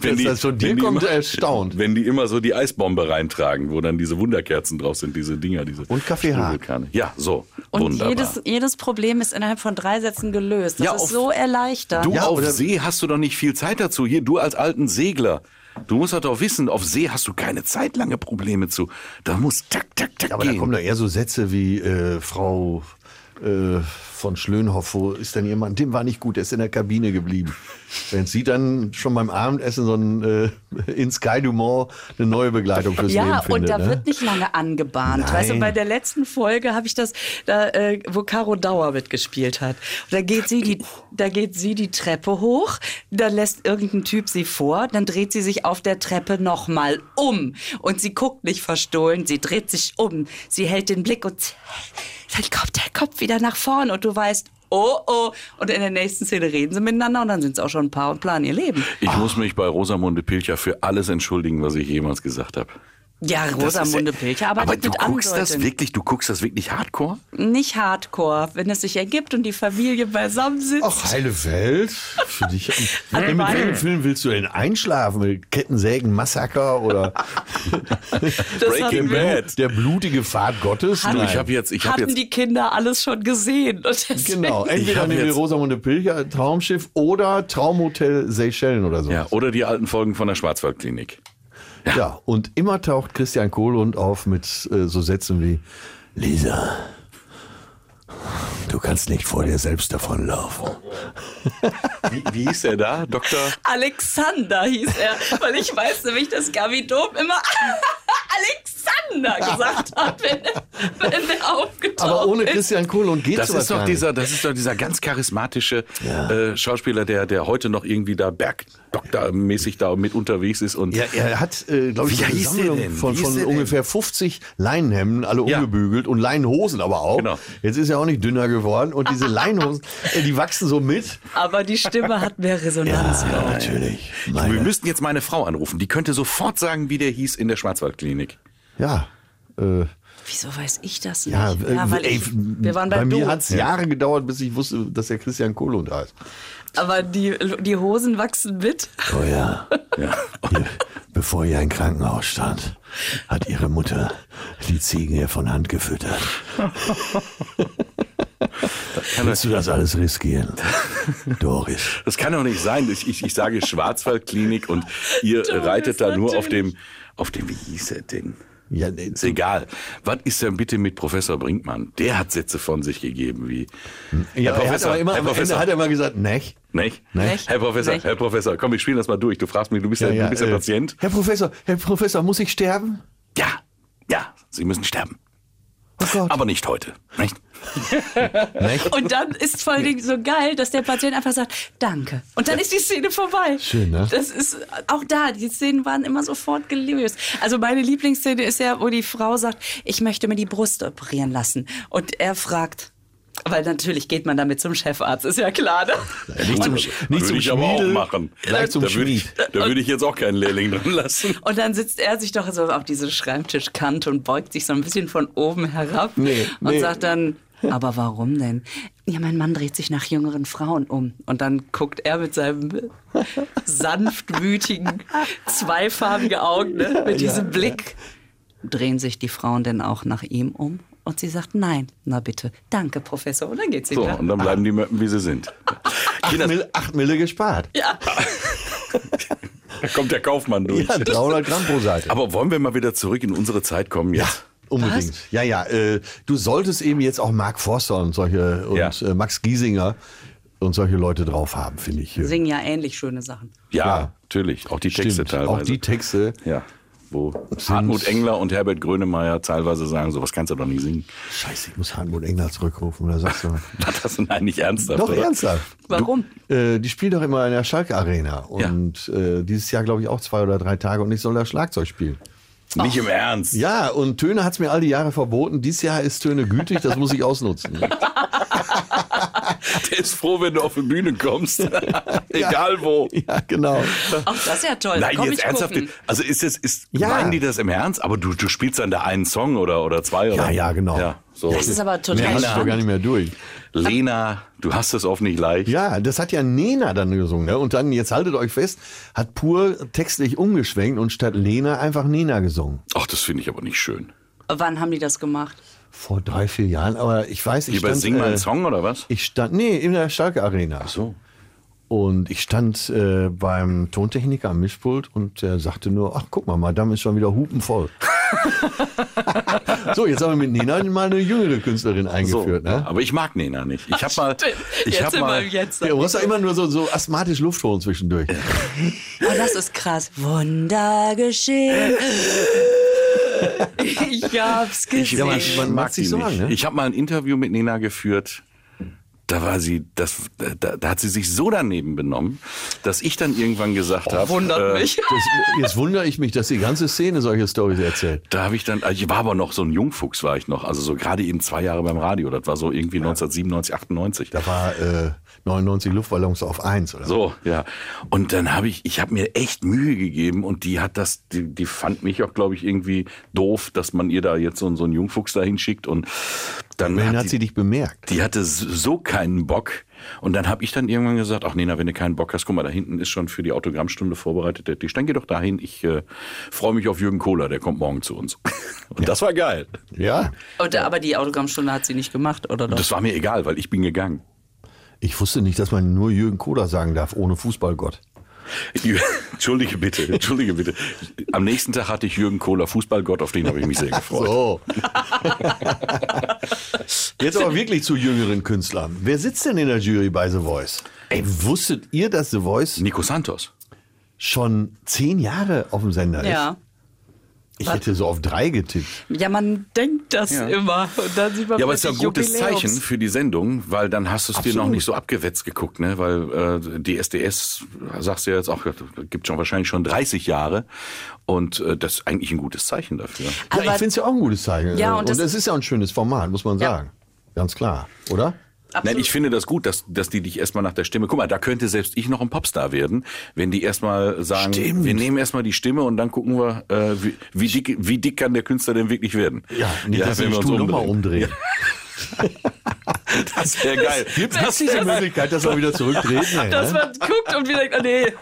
[SPEAKER 1] Wenn die,
[SPEAKER 2] Dass das von dir kommt,
[SPEAKER 1] immer,
[SPEAKER 2] erstaunt.
[SPEAKER 1] Wenn die immer so die Eisbombe reintragen, wo dann diese Wunderkerzen drauf sind, diese Dinger, diese
[SPEAKER 2] Und Kaffee Haag.
[SPEAKER 1] Sprudelkerne. Ja, so.
[SPEAKER 3] Und
[SPEAKER 1] Wunderbar.
[SPEAKER 3] jedes, jedes Problem ist innerhalb von drei Sätzen gelöst. Das
[SPEAKER 1] Ja,
[SPEAKER 3] ist
[SPEAKER 1] auf-
[SPEAKER 3] so erleichternd.
[SPEAKER 1] du
[SPEAKER 2] Ja,
[SPEAKER 1] auf
[SPEAKER 2] oder-
[SPEAKER 1] See hast du doch nicht viel Zeit dazu. Hier, du als alten Segler. Du musst halt doch wissen, auf See hast du keine Zeit lange Probleme zu. Da muss tak, tak, tak
[SPEAKER 2] Aber da
[SPEAKER 1] gehen.
[SPEAKER 2] kommen doch eher so Sätze wie äh, Frau äh, von Schlönhoff, wo ist denn ihr Mann? Dem war nicht gut, der ist in der Kabine geblieben. Wenn sie dann schon beim Abendessen so ein, äh, in Sky Dumont eine neue Begleitung fürs Leben
[SPEAKER 3] Ja,
[SPEAKER 2] findet.
[SPEAKER 3] und da
[SPEAKER 2] ne?
[SPEAKER 3] wird nicht lange angebahnt.
[SPEAKER 2] Nein.
[SPEAKER 3] Weißt du, bei der letzten Folge habe ich das, da, äh, wo Caro Dauer mitgespielt hat. Und da geht sie die, da geht sie die Treppe hoch, da lässt irgendein Typ sie vor, dann dreht sie sich auf der Treppe nochmal um und sie guckt nicht verstohlen, sie dreht sich um, sie hält den Blick und dann kommt der Kopf wieder nach vorn und du weißt, oh oh. Und in der nächsten Szene reden sie miteinander und dann sind es auch schon ein paar und planen ihr Leben.
[SPEAKER 1] Ich muss mich bei Rosamunde Pilcher für alles entschuldigen, was ich jemals gesagt habe.
[SPEAKER 3] Ja, Ah, Rosamunde
[SPEAKER 1] Das ist ja-
[SPEAKER 3] Pilcher arbeitet
[SPEAKER 1] Aber du
[SPEAKER 3] mit
[SPEAKER 1] guckst das
[SPEAKER 3] Andeutung.
[SPEAKER 1] wirklich, du guckst das wirklich hardcore?
[SPEAKER 3] Nicht hardcore, wenn es sich ergibt und die Familie beisammen sitzt.
[SPEAKER 2] Ach, halt heile Welt. Für dich.
[SPEAKER 3] An
[SPEAKER 2] Hey, mit
[SPEAKER 3] beiden.
[SPEAKER 2] welchem Film willst du denn einschlafen? Mit Kettensägen, Massaker oder
[SPEAKER 1] Breaking
[SPEAKER 3] wir-
[SPEAKER 1] Bad.
[SPEAKER 2] der blutige Pfad Gottes?
[SPEAKER 1] Du,
[SPEAKER 2] Nein.
[SPEAKER 1] ich habe jetzt, ich habe
[SPEAKER 3] hatten
[SPEAKER 1] jetzt,
[SPEAKER 3] die Kinder alles schon gesehen. Und deswegen-
[SPEAKER 2] Genau,
[SPEAKER 1] Ich
[SPEAKER 2] entweder
[SPEAKER 1] hab
[SPEAKER 2] nehmen wir
[SPEAKER 1] jetzt-
[SPEAKER 2] Rosamunde Pilcher, Traumschiff oder Traumhotel Seychellen oder so.
[SPEAKER 1] ja, oder die alten Folgen von der Schwarzwaldklinik.
[SPEAKER 2] Ja, und immer taucht Christian Kohlund auf mit äh, so Sätzen wie: Lisa, du kannst nicht vor dir selbst davonlaufen.
[SPEAKER 1] Wie, wie hieß er da? Dr.
[SPEAKER 3] Alexander hieß er, weil ich weiß nämlich, dass Gabi Dom immer Alexander gesagt hat, wenn, wenn er aufgetaucht
[SPEAKER 2] Aber ohne
[SPEAKER 3] ist.
[SPEAKER 2] Christian Kohlund geht
[SPEAKER 1] Das
[SPEAKER 2] sowas
[SPEAKER 1] ist, doch
[SPEAKER 2] gar nicht.
[SPEAKER 1] dieser, das ist doch dieser ganz charismatische
[SPEAKER 2] Ja.
[SPEAKER 1] äh, Schauspieler, der, der heute noch irgendwie da bergdoktormäßig da mit unterwegs ist. Und
[SPEAKER 2] Ja, er hat, äh, glaube ich,
[SPEAKER 1] Wie
[SPEAKER 2] eine
[SPEAKER 1] hieß der
[SPEAKER 2] Sammlung
[SPEAKER 1] denn?
[SPEAKER 2] von,
[SPEAKER 1] Wie hieß
[SPEAKER 2] von
[SPEAKER 1] der
[SPEAKER 2] ungefähr 50 Leinenhemden, alle
[SPEAKER 1] Ja.
[SPEAKER 2] umgebügelt und Leinenhosen aber auch.
[SPEAKER 1] Genau.
[SPEAKER 2] Jetzt ist er auch nicht dünner geworden und diese Leinenhosen, äh, die wachsen so mit.
[SPEAKER 3] Aber die Stimme hat mehr Resonanz.
[SPEAKER 2] natürlich.
[SPEAKER 1] wir
[SPEAKER 2] Meine,
[SPEAKER 1] müssten jetzt meine Frau anrufen. Die könnte sofort sagen, wie der hieß in der Schwarzwaldklinik.
[SPEAKER 2] ja. Äh,
[SPEAKER 3] Wieso weiß ich das nicht?
[SPEAKER 2] ja, äh,
[SPEAKER 3] weil
[SPEAKER 2] ey,
[SPEAKER 3] ich, wir waren bei,
[SPEAKER 2] bei mir
[SPEAKER 3] Du.
[SPEAKER 2] hat es Jahre gedauert, bis ich wusste, dass er Christian Kohlund heißt.
[SPEAKER 3] Aber die, die Hosen wachsen mit.
[SPEAKER 2] Oh ja.
[SPEAKER 1] Ja.
[SPEAKER 2] Bevor ihr im Krankenhaus stand, hat ihre Mutter die Ziegen hier von Hand gefüttert. Willst du das alles riskieren? Doris.
[SPEAKER 1] Das kann doch nicht sein. Ich, ich, ich sage Schwarzwaldklinik und ihr reitet da nur auf dem, auf dem, wie hieß er denn?
[SPEAKER 2] Ja, nee,
[SPEAKER 1] Ist egal. Was ist denn bitte mit Professor Brinkmann? Der hat Sätze von sich gegeben wie. Herr
[SPEAKER 2] Ja, er hat
[SPEAKER 1] Professor,
[SPEAKER 2] aber immer,
[SPEAKER 1] Herr
[SPEAKER 2] am Ende
[SPEAKER 1] Professor.
[SPEAKER 2] hat er immer gesagt, nech.
[SPEAKER 1] Nicht?
[SPEAKER 3] Nicht?
[SPEAKER 1] Herr Professor,
[SPEAKER 3] Nicht?
[SPEAKER 1] Herr Professor, komm, wir spielen das mal durch. Du fragst mich, du bist ja, du bist der
[SPEAKER 2] äh,
[SPEAKER 1] Patient.
[SPEAKER 2] Herr Professor, Herr Professor, muss ich sterben?
[SPEAKER 1] Ja, ja, Sie müssen sterben.
[SPEAKER 2] Oh Gott.
[SPEAKER 1] Aber nicht heute. Nicht?
[SPEAKER 2] Nech.
[SPEAKER 3] Und dann ist vor allen Dingen so geil, dass der Patient einfach sagt, danke. Und dann ist die Szene vorbei.
[SPEAKER 2] Schön, ne?
[SPEAKER 3] Das ist auch da, die Szenen waren immer sofort gelöst. Also meine Lieblingsszene ist ja, wo die Frau sagt, ich möchte mir die Brust operieren lassen. Und er fragt, weil natürlich geht man damit zum Chefarzt, ist ja klar. Ne?
[SPEAKER 2] Nicht zum, nicht zum
[SPEAKER 1] würde ich aber auch
[SPEAKER 2] Schmiedel,
[SPEAKER 1] machen.
[SPEAKER 2] Gleich zum
[SPEAKER 1] da würde ich,
[SPEAKER 2] Schmied.
[SPEAKER 1] da würde ich jetzt auch keinen Lehrling drin lassen.
[SPEAKER 3] Und dann sitzt er sich doch so auf diese Schreibtischkante und beugt sich so ein bisschen von oben herab
[SPEAKER 2] Nee,
[SPEAKER 3] und
[SPEAKER 2] nee.
[SPEAKER 3] sagt dann, aber warum denn? Ja, mein Mann dreht sich nach jüngeren Frauen um. Und dann guckt er mit seinem sanftmütigen, zweifarbigen Augen, ne, mit diesem Blick. Drehen sich die Frauen denn auch nach ihm um? Und sie sagt, nein, na bitte, danke, Professor. Und dann geht's
[SPEAKER 1] So,
[SPEAKER 3] wieder.
[SPEAKER 1] und dann bleiben die Möppen, wie sie sind.
[SPEAKER 2] Acht, Mille, acht Mille gespart.
[SPEAKER 3] Ja,
[SPEAKER 1] Da kommt der Kaufmann durch.
[SPEAKER 2] Ja, 300 Gramm pro Seite.
[SPEAKER 1] Aber wollen wir mal wieder zurück in unsere Zeit kommen jetzt?
[SPEAKER 2] Unbedingt. Ja, ja. Äh, du solltest eben jetzt auch Mark Forster und solche und
[SPEAKER 1] Ja.
[SPEAKER 2] äh, Max Giesinger und solche Leute drauf haben, finde ich. hier.
[SPEAKER 3] singen ja ähnlich schöne Sachen.
[SPEAKER 1] Ja,
[SPEAKER 2] Ja.
[SPEAKER 1] natürlich. Auch die Texte
[SPEAKER 2] Stimmt.
[SPEAKER 1] teilweise.
[SPEAKER 2] Auch die Texte.
[SPEAKER 1] ja. Wo Hartmut Engler und Herbert Grönemeyer teilweise sagen, sowas kannst du doch nie singen.
[SPEAKER 2] Scheiße, ich muss Hartmut Engler zurückrufen. Oder sagst du?
[SPEAKER 1] Das ist eigentlich ernsthaft,
[SPEAKER 2] Doch
[SPEAKER 1] oder?
[SPEAKER 2] ernsthaft.
[SPEAKER 3] Warum?
[SPEAKER 2] Äh, die spielen doch immer in der Schalke Arena und äh, dieses Jahr glaube ich auch zwei oder drei Tage und ich soll da Schlagzeug spielen.
[SPEAKER 1] Nicht im Ernst.
[SPEAKER 2] Ja, und Töne hat es mir all die Jahre verboten. Dieses Jahr ist Töne gütig, das muss ich ausnutzen.
[SPEAKER 1] Der ist froh, wenn du auf die Bühne kommst. Egal wo.
[SPEAKER 2] ja, genau.
[SPEAKER 3] Ach, das ist ja toll. da
[SPEAKER 1] Nein,
[SPEAKER 3] komm
[SPEAKER 1] jetzt
[SPEAKER 3] ich
[SPEAKER 1] ernsthaft.
[SPEAKER 3] gucken.
[SPEAKER 1] Also ist das, ist,
[SPEAKER 2] Ja.
[SPEAKER 1] meinen die das im Ernst? Aber du, du spielst dann da einen Song oder, oder zwei oder?
[SPEAKER 2] Ja, ja, genau.
[SPEAKER 1] Ja, so.
[SPEAKER 3] Das ist aber
[SPEAKER 2] Mehr
[SPEAKER 3] total
[SPEAKER 2] hast du doch
[SPEAKER 3] spannend.
[SPEAKER 2] gar nicht mehr durch.
[SPEAKER 1] Lena, du hast es oft nicht leicht.
[SPEAKER 2] Ja, das hat ja Nena dann gesungen. Ne? Und dann, jetzt haltet euch fest, hat pur textlich umgeschwenkt und statt Lena einfach Nena gesungen.
[SPEAKER 1] Ach, das finde ich aber nicht schön.
[SPEAKER 3] Wann haben die das gemacht?
[SPEAKER 2] Vor drei, vier Jahren. Aber ich weiß, ich
[SPEAKER 1] Lieber
[SPEAKER 2] stand...
[SPEAKER 1] sing mal
[SPEAKER 2] äh,
[SPEAKER 1] einen Song oder was?
[SPEAKER 2] Ich stand, nee, in der Schalke Arena. Ach
[SPEAKER 1] so.
[SPEAKER 2] Und ich stand äh, beim Tontechniker am Mischpult und der sagte nur, ach guck mal, Madame ist schon wieder hupenvoll. so, jetzt haben wir mit Nina mal eine jüngere Künstlerin eingeführt.
[SPEAKER 1] so.
[SPEAKER 2] Ne?
[SPEAKER 1] Aber ich mag Nena nicht. Ich habe mal,
[SPEAKER 3] Stimmt.
[SPEAKER 1] ich
[SPEAKER 3] jetzt
[SPEAKER 1] hab
[SPEAKER 3] sind wir
[SPEAKER 1] mal,
[SPEAKER 3] im jetzt.
[SPEAKER 2] Ja, du musst doch immer nur so, so asthmatisch Luft holen zwischendurch.
[SPEAKER 3] Oh, das ist krass. Wunder geschehen. Ich hab's gesehen.
[SPEAKER 2] man- man- mag
[SPEAKER 1] die
[SPEAKER 2] sich so
[SPEAKER 1] nicht.
[SPEAKER 2] an, ne?
[SPEAKER 1] Ich habe mal ein Interview mit Nena geführt. da war sie, das, da, da hat sie sich so daneben benommen, dass ich dann irgendwann gesagt habe.
[SPEAKER 3] Oh, Wundert
[SPEAKER 1] äh,
[SPEAKER 3] mich.
[SPEAKER 2] Das, jetzt wundere ich mich, dass die ganze Szene solche Stories erzählt.
[SPEAKER 1] Da habe ich dann, also ich war aber noch so ein Jungfuchs, war ich noch. Also so gerade eben zwei Jahre beim Radio. Das war so irgendwie 1997, 98.
[SPEAKER 2] Da war äh, 99 Luftballons auf 1 oder
[SPEAKER 1] So, ja. Und dann habe ich, ich habe mir echt Mühe gegeben und die hat das, die, die fand mich auch, glaube ich, irgendwie doof, dass man ihr da jetzt so, einen- so einen Jungfuchs dahin schickt. Und dann
[SPEAKER 2] Wen
[SPEAKER 1] hat,
[SPEAKER 2] hat
[SPEAKER 1] die,
[SPEAKER 2] sie dich bemerkt?
[SPEAKER 1] die hatte s- so keinen Bock. Und dann habe ich dann irgendwann gesagt, ach Nena, wenn du keinen Bock hast, guck mal, da hinten ist schon für die Autogrammstunde vorbereitet der Tisch. Dann geh doch dahin. Ich äh, freue mich auf Jürgen Kohler, der kommt morgen zu uns. Und das war geil.
[SPEAKER 2] Ja.
[SPEAKER 3] Und, aber die Autogrammstunde hat sie nicht gemacht, oder doch?
[SPEAKER 1] Das war mir egal, weil ich bin gegangen.
[SPEAKER 2] Ich wusste nicht, dass man nur Jürgen Kohler sagen darf, ohne Fußballgott.
[SPEAKER 1] Entschuldige bitte, entschuldige bitte. Am nächsten Tag hatte ich Jürgen Kohler, Fußballgott, auf den habe ich mich sehr gefreut.
[SPEAKER 2] So. Jetzt aber wirklich zu jüngeren Künstlern. Wer sitzt denn in der Jury bei The Voice? Ey, wusstet ihr, dass The Voice
[SPEAKER 1] Nico Santos.
[SPEAKER 2] schon zehn Jahre auf dem Sender ist?
[SPEAKER 3] ja.
[SPEAKER 2] Ich hätte so auf drei getippt.
[SPEAKER 3] ja, man denkt das immer. Und dann sieht man
[SPEAKER 1] Ja, aber es ist ja ein
[SPEAKER 3] plötzlich
[SPEAKER 1] gutes
[SPEAKER 3] Jubiläums.
[SPEAKER 1] Zeichen für die Sendung, weil dann hast du es dir noch
[SPEAKER 2] Absolut.
[SPEAKER 1] nicht so abgewetzt geguckt, ne? Weil äh, die SDS, sagst du ja jetzt auch, gibt schon wahrscheinlich schon 30 Jahre. Und äh, das ist eigentlich ein gutes Zeichen dafür.
[SPEAKER 2] Ja, ich
[SPEAKER 3] Aber-
[SPEAKER 2] finde es ja auch ein gutes Zeichen. Also,
[SPEAKER 3] Ja, und
[SPEAKER 2] und
[SPEAKER 3] das-
[SPEAKER 2] es ist ja ein schönes Format, muss man
[SPEAKER 3] Ja.
[SPEAKER 2] sagen. Ganz klar, oder?
[SPEAKER 1] Nein, ich finde das gut, dass, dass die dich erstmal nach der Stimme. Guck mal, da könnte selbst ich noch ein Popstar werden, wenn die erstmal sagen,
[SPEAKER 2] Stimmt.
[SPEAKER 1] wir nehmen erstmal die Stimme und dann gucken wir, äh, wie, wie, dick, wie dick kann der Künstler denn wirklich werden.
[SPEAKER 2] Ja, nicht, dass wir den Stuhl nochmal umdrehen.
[SPEAKER 1] Das wäre geil.
[SPEAKER 2] Gibt es diese Möglichkeit, dass wir wieder zurücktreten? ey,
[SPEAKER 3] Dass
[SPEAKER 2] ne?
[SPEAKER 3] man guckt und wieder denkt,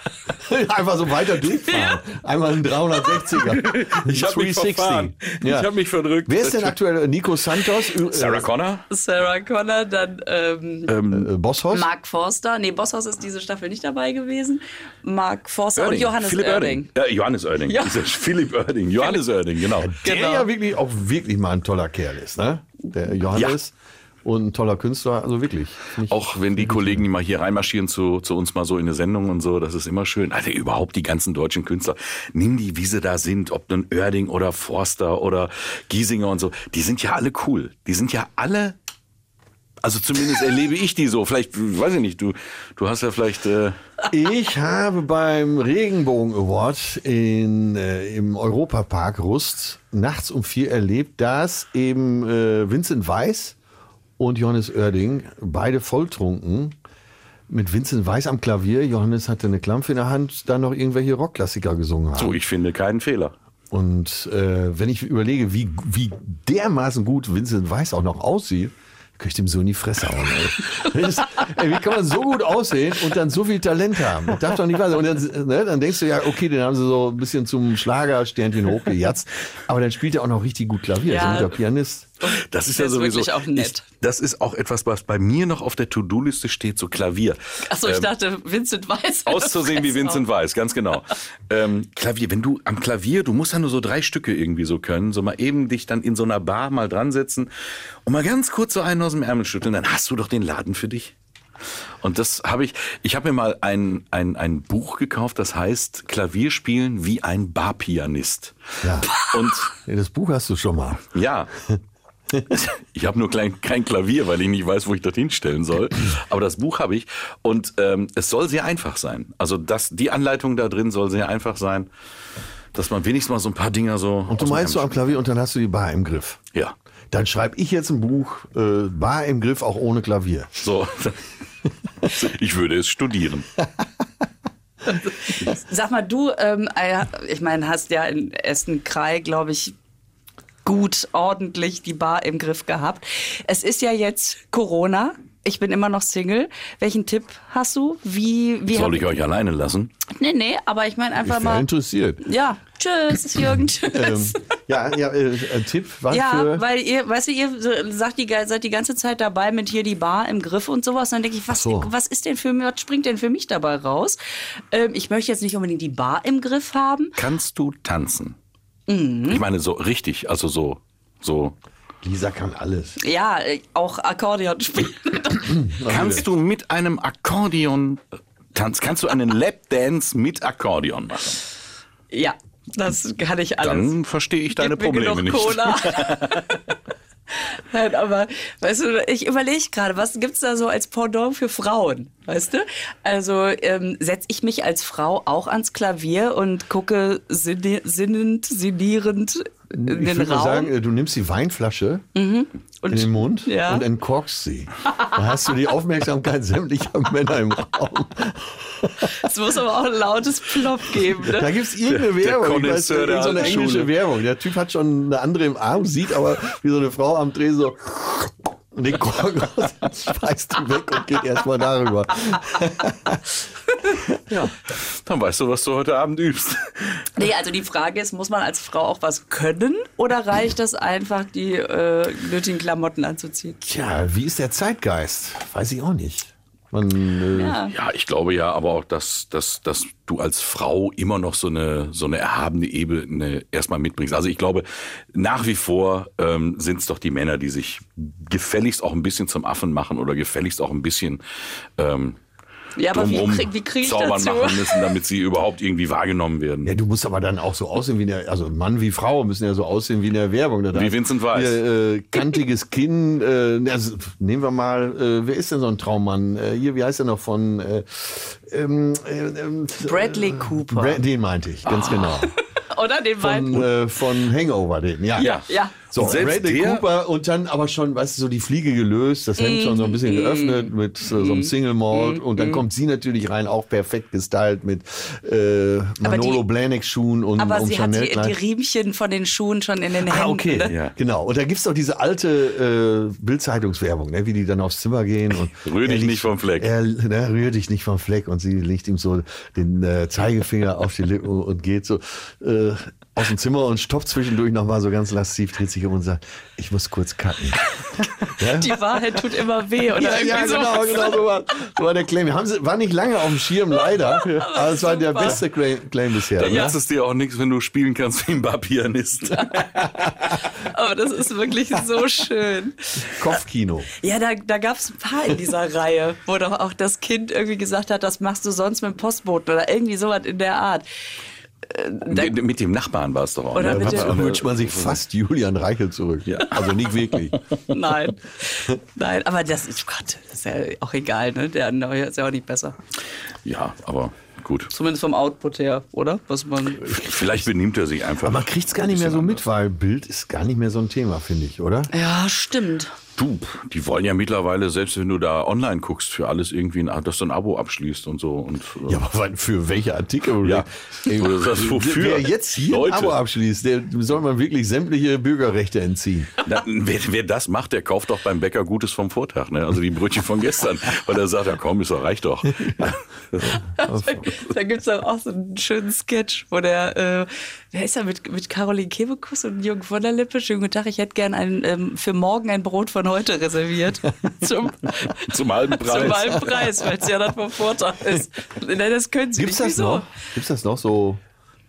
[SPEAKER 3] oh nee.
[SPEAKER 2] Einfach so weiter durchfahren. Einmal ein 360er.
[SPEAKER 1] Ich hab mich
[SPEAKER 2] 360.
[SPEAKER 1] verfahren. Ich hab mich verdrückt.
[SPEAKER 2] Wer ist denn aktuell? äh, Nico Santos? äh, Ü-
[SPEAKER 1] Sarah Connor?
[SPEAKER 3] Sarah Connor, dann ähm,
[SPEAKER 2] Äh, Bosshaus?
[SPEAKER 3] Mark Forster. Nee, Bosshaus ist diese Staffel nicht dabei gewesen. Mark Forster und Johannes
[SPEAKER 1] Philipp
[SPEAKER 3] Oerding.
[SPEAKER 1] Ja, Johannes Oerding.
[SPEAKER 3] Ja.
[SPEAKER 1] Ja. Philipp Oerding. Johannes Oerding, genau.
[SPEAKER 2] der
[SPEAKER 3] Genau.
[SPEAKER 2] ja wirklich auch wirklich mal ein toller Kerl ist, ne? Der Johannes. Und ein toller Künstler, also wirklich. Nicht-
[SPEAKER 1] Auch wenn die Kollegen, die mal hier reinmarschieren zu, zu uns mal so in eine Sendung und so, das ist immer schön. Also überhaupt die ganzen deutschen Künstler, nimm die, wie sie da sind, ob nun Oerding oder Forster oder Giesinger und so, die sind ja alle cool. Die sind ja alle, also zumindest erlebe ich die so. Vielleicht, weiß ich nicht, du, du hast ja vielleicht... Äh,
[SPEAKER 2] Ich habe beim Regenbogen Award in, äh, im Europapark Rust nachts um vier erlebt, dass eben äh, Vincent Weiss und Johannes Oerding beide volltrunken mit Vincent Weiss am Klavier. Johannes hatte eine Klampfe in der Hand, dann noch irgendwelche Rockklassiker gesungen haben.
[SPEAKER 1] so, ich finde keinen Fehler.
[SPEAKER 2] Und äh, wenn ich überlege, wie, wie dermaßen gut Vincent Weiss auch noch aussieht, könnte ich dem so in die Fresse hauen. Ey. Das, ey, wie kann man so gut aussehen und dann so viel Talent haben? Das darf doch nicht wahr sein. Und dann, ne, dann denkst du ja, okay, den haben sie so ein bisschen zum Schlagersternchen hochgejatzt. Aber dann spielt er auch noch richtig gut Klavier.
[SPEAKER 3] Ja.
[SPEAKER 2] Ja. Ist ein guter Pianist.
[SPEAKER 1] Das ist
[SPEAKER 3] Der
[SPEAKER 1] ja
[SPEAKER 3] ist
[SPEAKER 1] sowieso.
[SPEAKER 3] wirklich auch nett.
[SPEAKER 1] Ich, das ist auch etwas, was bei mir noch auf der To-Do-Liste steht, so Klavier. Ähm,
[SPEAKER 3] Achso, ich dachte, Vincent Weiss.
[SPEAKER 1] Auszusehen wie Vincent Weiss, ganz genau. ähm, Klavier, wenn du am Klavier, du musst ja nur so drei Stücke irgendwie so können, so mal eben dich dann in so einer Bar mal dran setzen und mal ganz kurz so einen aus dem Ärmel schütteln, dann hast du doch den Laden für dich. Und das habe ich, ich habe mir mal ein, ein, ein Buch gekauft, das heißt Klavierspielen wie ein Barpianist.
[SPEAKER 2] Ja.
[SPEAKER 1] Und
[SPEAKER 2] Ja, Das Buch hast du schon mal.
[SPEAKER 1] ja. Ich habe nur klein, kein Klavier, weil ich nicht weiß, wo ich das hinstellen soll. Aber das Buch habe ich und ähm, es soll sehr einfach sein. Also das, die Anleitung da drin soll sehr einfach sein, dass man wenigstens mal so ein paar Dinger so.
[SPEAKER 2] Und du meinst so am Klavier und dann hast du die Bar im Griff.
[SPEAKER 1] Ja,
[SPEAKER 2] Dann schreibe ich jetzt ein Buch, äh, Bar im Griff, auch ohne Klavier.
[SPEAKER 1] so. Ich würde es studieren.
[SPEAKER 3] Sag mal, du, ähm, äh, ich meine, hast ja in Essen-Krei, glaube ich, gut, ordentlich die Bar im Griff gehabt. Es ist ja jetzt Corona. Ich bin immer noch Single. Welchen Tipp hast du? Wie, wie
[SPEAKER 1] Soll ich euch alleine lassen?
[SPEAKER 3] Nee, nee, aber ich meine einfach
[SPEAKER 2] Ich wäre
[SPEAKER 3] mal.
[SPEAKER 2] interessiert.
[SPEAKER 3] Ja, tschüss, Jürgen, tschüss.
[SPEAKER 2] Ja, ja, äh, ein Tipp war
[SPEAKER 3] Ja,
[SPEAKER 2] Ähm, für.
[SPEAKER 3] weil ihr, weißt du, ihr so- sagt die, ge- seid die ganze Zeit dabei mit hier die Bar im Griff und sowas. Und dann denke ich, was,
[SPEAKER 2] so.
[SPEAKER 3] was ist denn für mich, was springt denn für mich dabei raus? Ähm, ich möchte jetzt nicht unbedingt die Bar im Griff haben.
[SPEAKER 1] Kannst du tanzen? Ich meine so richtig, also so so.
[SPEAKER 2] Lisa kann alles.
[SPEAKER 3] Ja, äh, auch Akkordeon spielen.
[SPEAKER 1] Kannst du mit einem Akkordeon tanzen? Kannst du einen Lapdance mit Akkordeon machen?
[SPEAKER 3] ja, das kann ich alles.
[SPEAKER 1] Dann verstehe ich deine
[SPEAKER 3] Gib mir
[SPEAKER 1] Probleme
[SPEAKER 3] genug
[SPEAKER 1] nicht.
[SPEAKER 3] Cola. Nein, aber weißt du, ich überlege gerade, was gibt's da so als Pendant für Frauen? Weißt du? Also ähm, setze ich mich als Frau auch ans Klavier und gucke sinni sinnend, sinnierend in
[SPEAKER 2] Ich
[SPEAKER 3] den
[SPEAKER 2] würde mal
[SPEAKER 3] Raum.
[SPEAKER 2] sagen, äh, du nimmst die Weinflasche in den Mund
[SPEAKER 3] ja.
[SPEAKER 2] und entkorkst sie. Da hast du die Aufmerksamkeit sämtlicher Männer im Raum.
[SPEAKER 3] es muss aber auch ein lautes Plop geben. Ne?
[SPEAKER 2] Da gibt es irgendeine
[SPEAKER 1] Der- der
[SPEAKER 2] Werbung. ich weiß,
[SPEAKER 1] Connoisseur der
[SPEAKER 2] irgend so eine
[SPEAKER 1] alten
[SPEAKER 2] englische
[SPEAKER 1] Schule.
[SPEAKER 2] Werbung. Der Typ hat schon eine andere im Arm, sieht aber, wie so eine Frau am Dreh so. Und den Kork raus, schmeißt ihn weg und geht erstmal darüber.
[SPEAKER 3] Ja.
[SPEAKER 1] Dann weißt du, was du heute Abend übst.
[SPEAKER 3] Nee, also die Frage ist, muss man als Frau auch was können oder reicht das einfach, die äh, nötigen Klamotten anzuziehen?
[SPEAKER 2] Tja, wie ist der Zeitgeist? Weiß ich auch nicht. Man, äh,
[SPEAKER 3] Ja.
[SPEAKER 1] Ja, ich glaube ja, aber auch, dass, dass, dass du als Frau immer noch so eine, so eine erhabene Ebene erstmal mitbringst. Also ich glaube, nach wie vor ähm, sind es doch die Männer, die sich gefälligst auch ein bisschen zum Affen machen oder gefälligst auch ein bisschen ähm,
[SPEAKER 3] Ja, aber wie
[SPEAKER 1] drumrum
[SPEAKER 3] krieg- wie krieg ich
[SPEAKER 1] zaubern
[SPEAKER 3] dazu?
[SPEAKER 1] machen müssen, damit sie überhaupt irgendwie wahrgenommen werden.
[SPEAKER 2] Ja, du musst aber dann auch so aussehen wie in der, also Mann wie Frau müssen ja so aussehen wie in der Werbung. Da darf-
[SPEAKER 1] Vincent Weiss.
[SPEAKER 2] Hier, äh, kantiges Kinn, äh, na, s- nehmen wir mal, äh, wer ist denn so ein Traummann? Äh, hier, wie heißt der noch von, äh, ähm, äh, ähm,
[SPEAKER 3] Bradley Cooper. Ah.
[SPEAKER 2] Bra- den meinte ich, ganz genau.
[SPEAKER 3] Oder den beiden.
[SPEAKER 2] Von, äh, von Hangover, den, ja.
[SPEAKER 1] Ja.
[SPEAKER 3] Ja.
[SPEAKER 2] So,
[SPEAKER 1] Und selbst
[SPEAKER 2] Bradley
[SPEAKER 1] der-
[SPEAKER 2] Cooper und dann aber schon, weißt du, so die Fliege gelöst, das Hemd schon so ein
[SPEAKER 3] Mhm.
[SPEAKER 2] bisschen geöffnet mit äh, so einem Single Malt und dann kommt sie natürlich rein, auch perfekt gestylt mit äh, Manolo
[SPEAKER 3] die-
[SPEAKER 2] Blahnik Schuhen und
[SPEAKER 3] Aber
[SPEAKER 2] um
[SPEAKER 3] sie hat
[SPEAKER 2] Chanel
[SPEAKER 3] die, die Riemchen von den Schuhen schon in den Händen.
[SPEAKER 2] Ah, okay.
[SPEAKER 3] ne?
[SPEAKER 1] Ja.
[SPEAKER 2] Genau. Und da gibt's doch diese alte äh, Bildzeitungswerbung, ne? wie die dann aufs Zimmer gehen und.
[SPEAKER 1] Rühr dich
[SPEAKER 2] er liegt-
[SPEAKER 1] nicht vom Fleck.
[SPEAKER 2] Er, ne, rühr dich nicht vom Fleck und sie legt ihm so den äh, Zeigefinger auf die Lippen und geht so äh, aus dem Zimmer und stoppt zwischendurch nochmal so ganz lasziv, dreht sich um und sagt: Ich muss kurz kacken.
[SPEAKER 3] Die Wahrheit tut immer weh. Oder
[SPEAKER 2] Ja,
[SPEAKER 3] irgendwie
[SPEAKER 2] ja genau,
[SPEAKER 3] sowas.
[SPEAKER 2] genau, so war, so war der Claim. Haben sie, war nicht lange auf dem Schirm, leider, aber es war der
[SPEAKER 3] super.
[SPEAKER 2] beste Claim, Claim bisher.
[SPEAKER 1] Dann
[SPEAKER 2] ne?
[SPEAKER 1] nützt es dir auch nichts, wenn du spielen kannst wie ein Barpianist.
[SPEAKER 3] Aber das ist wirklich so schön.
[SPEAKER 2] Kopfkino.
[SPEAKER 3] Ja, da, da gab es ein paar in dieser Reihe, wo doch auch das Kind irgendwie gesagt hat, das machst du sonst mit dem Postboten oder irgendwie sowas in der Art.
[SPEAKER 1] mit, mit dem Nachbarn war es doch auch.
[SPEAKER 3] Oder
[SPEAKER 1] ne?
[SPEAKER 3] mit
[SPEAKER 1] War
[SPEAKER 3] dem-
[SPEAKER 1] auch
[SPEAKER 2] Da
[SPEAKER 1] eine-
[SPEAKER 2] wünscht man sich fast Julian Reichel zurück. Also nicht wirklich.
[SPEAKER 3] Nein. Nein, aber das ist, oh Gott, das ist ja auch egal, ne? Der neue ist ja auch nicht besser.
[SPEAKER 1] Ja, aber gut.
[SPEAKER 3] Zumindest vom Output her, oder? Was man.
[SPEAKER 1] Vielleicht benimmt er sich einfach.
[SPEAKER 2] Man kriegt es gar nicht mehr so mit, weil Bild ist gar nicht mehr so ein Thema, finde ich, oder?
[SPEAKER 3] Ja, stimmt.
[SPEAKER 1] Du, die wollen ja mittlerweile, selbst wenn du da online guckst, für alles irgendwie, ein, dass du ein Abo abschließt und so. Und, äh,
[SPEAKER 2] Ja, aber wann- für welche Artikel?
[SPEAKER 1] Ja.
[SPEAKER 2] Ey,
[SPEAKER 1] Oder das wofür?
[SPEAKER 2] Wer jetzt hier
[SPEAKER 1] Leute.
[SPEAKER 2] ein Abo abschließt, der soll man wirklich sämtliche Bürgerrechte entziehen.
[SPEAKER 1] Na, wer, wer das macht, der kauft doch beim Bäcker Gutes vom Vortag, ne? also die Brötchen von gestern. Weil er sagt, ja komm, ist doch, reicht doch.
[SPEAKER 3] Da gibt es dann auch so einen schönen Sketch, wo der, äh, wer ist da mit, mit Caroline Kebekus und Jürgen von der Lippe? Schönen guten Tag, ich hätte gern ein, ähm, für morgen ein Brot von heute reserviert. Zum,
[SPEAKER 1] Zum halben Preis.
[SPEAKER 3] Zum halben Preis, weil es ja dann vom Vortag ist. Nein, das können sie
[SPEAKER 2] Gibt's
[SPEAKER 3] nicht.
[SPEAKER 2] das noch? Gibt's das noch so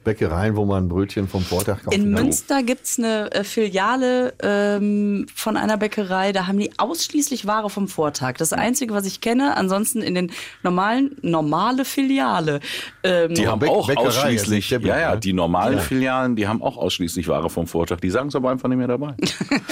[SPEAKER 2] Bäckereien, wo man Brötchen vom Vortag kaufen
[SPEAKER 3] In
[SPEAKER 2] kann?
[SPEAKER 3] Münster gibt es eine äh, Filiale ähm, von einer Bäckerei, da haben die ausschließlich Ware vom Vortag. Das Einzige, was ich kenne, ansonsten in den normalen, normale Filiale. Ähm,
[SPEAKER 1] Die haben
[SPEAKER 2] Bäck-
[SPEAKER 1] auch
[SPEAKER 2] Bäckerei,
[SPEAKER 1] ausschließlich,
[SPEAKER 2] also nicht der
[SPEAKER 1] ja, ja,
[SPEAKER 2] Bäcker.
[SPEAKER 1] die normalen
[SPEAKER 2] Ja.
[SPEAKER 1] Filialen, die haben auch ausschließlich Ware vom Vortag. Die sagen es aber einfach nicht mehr dabei.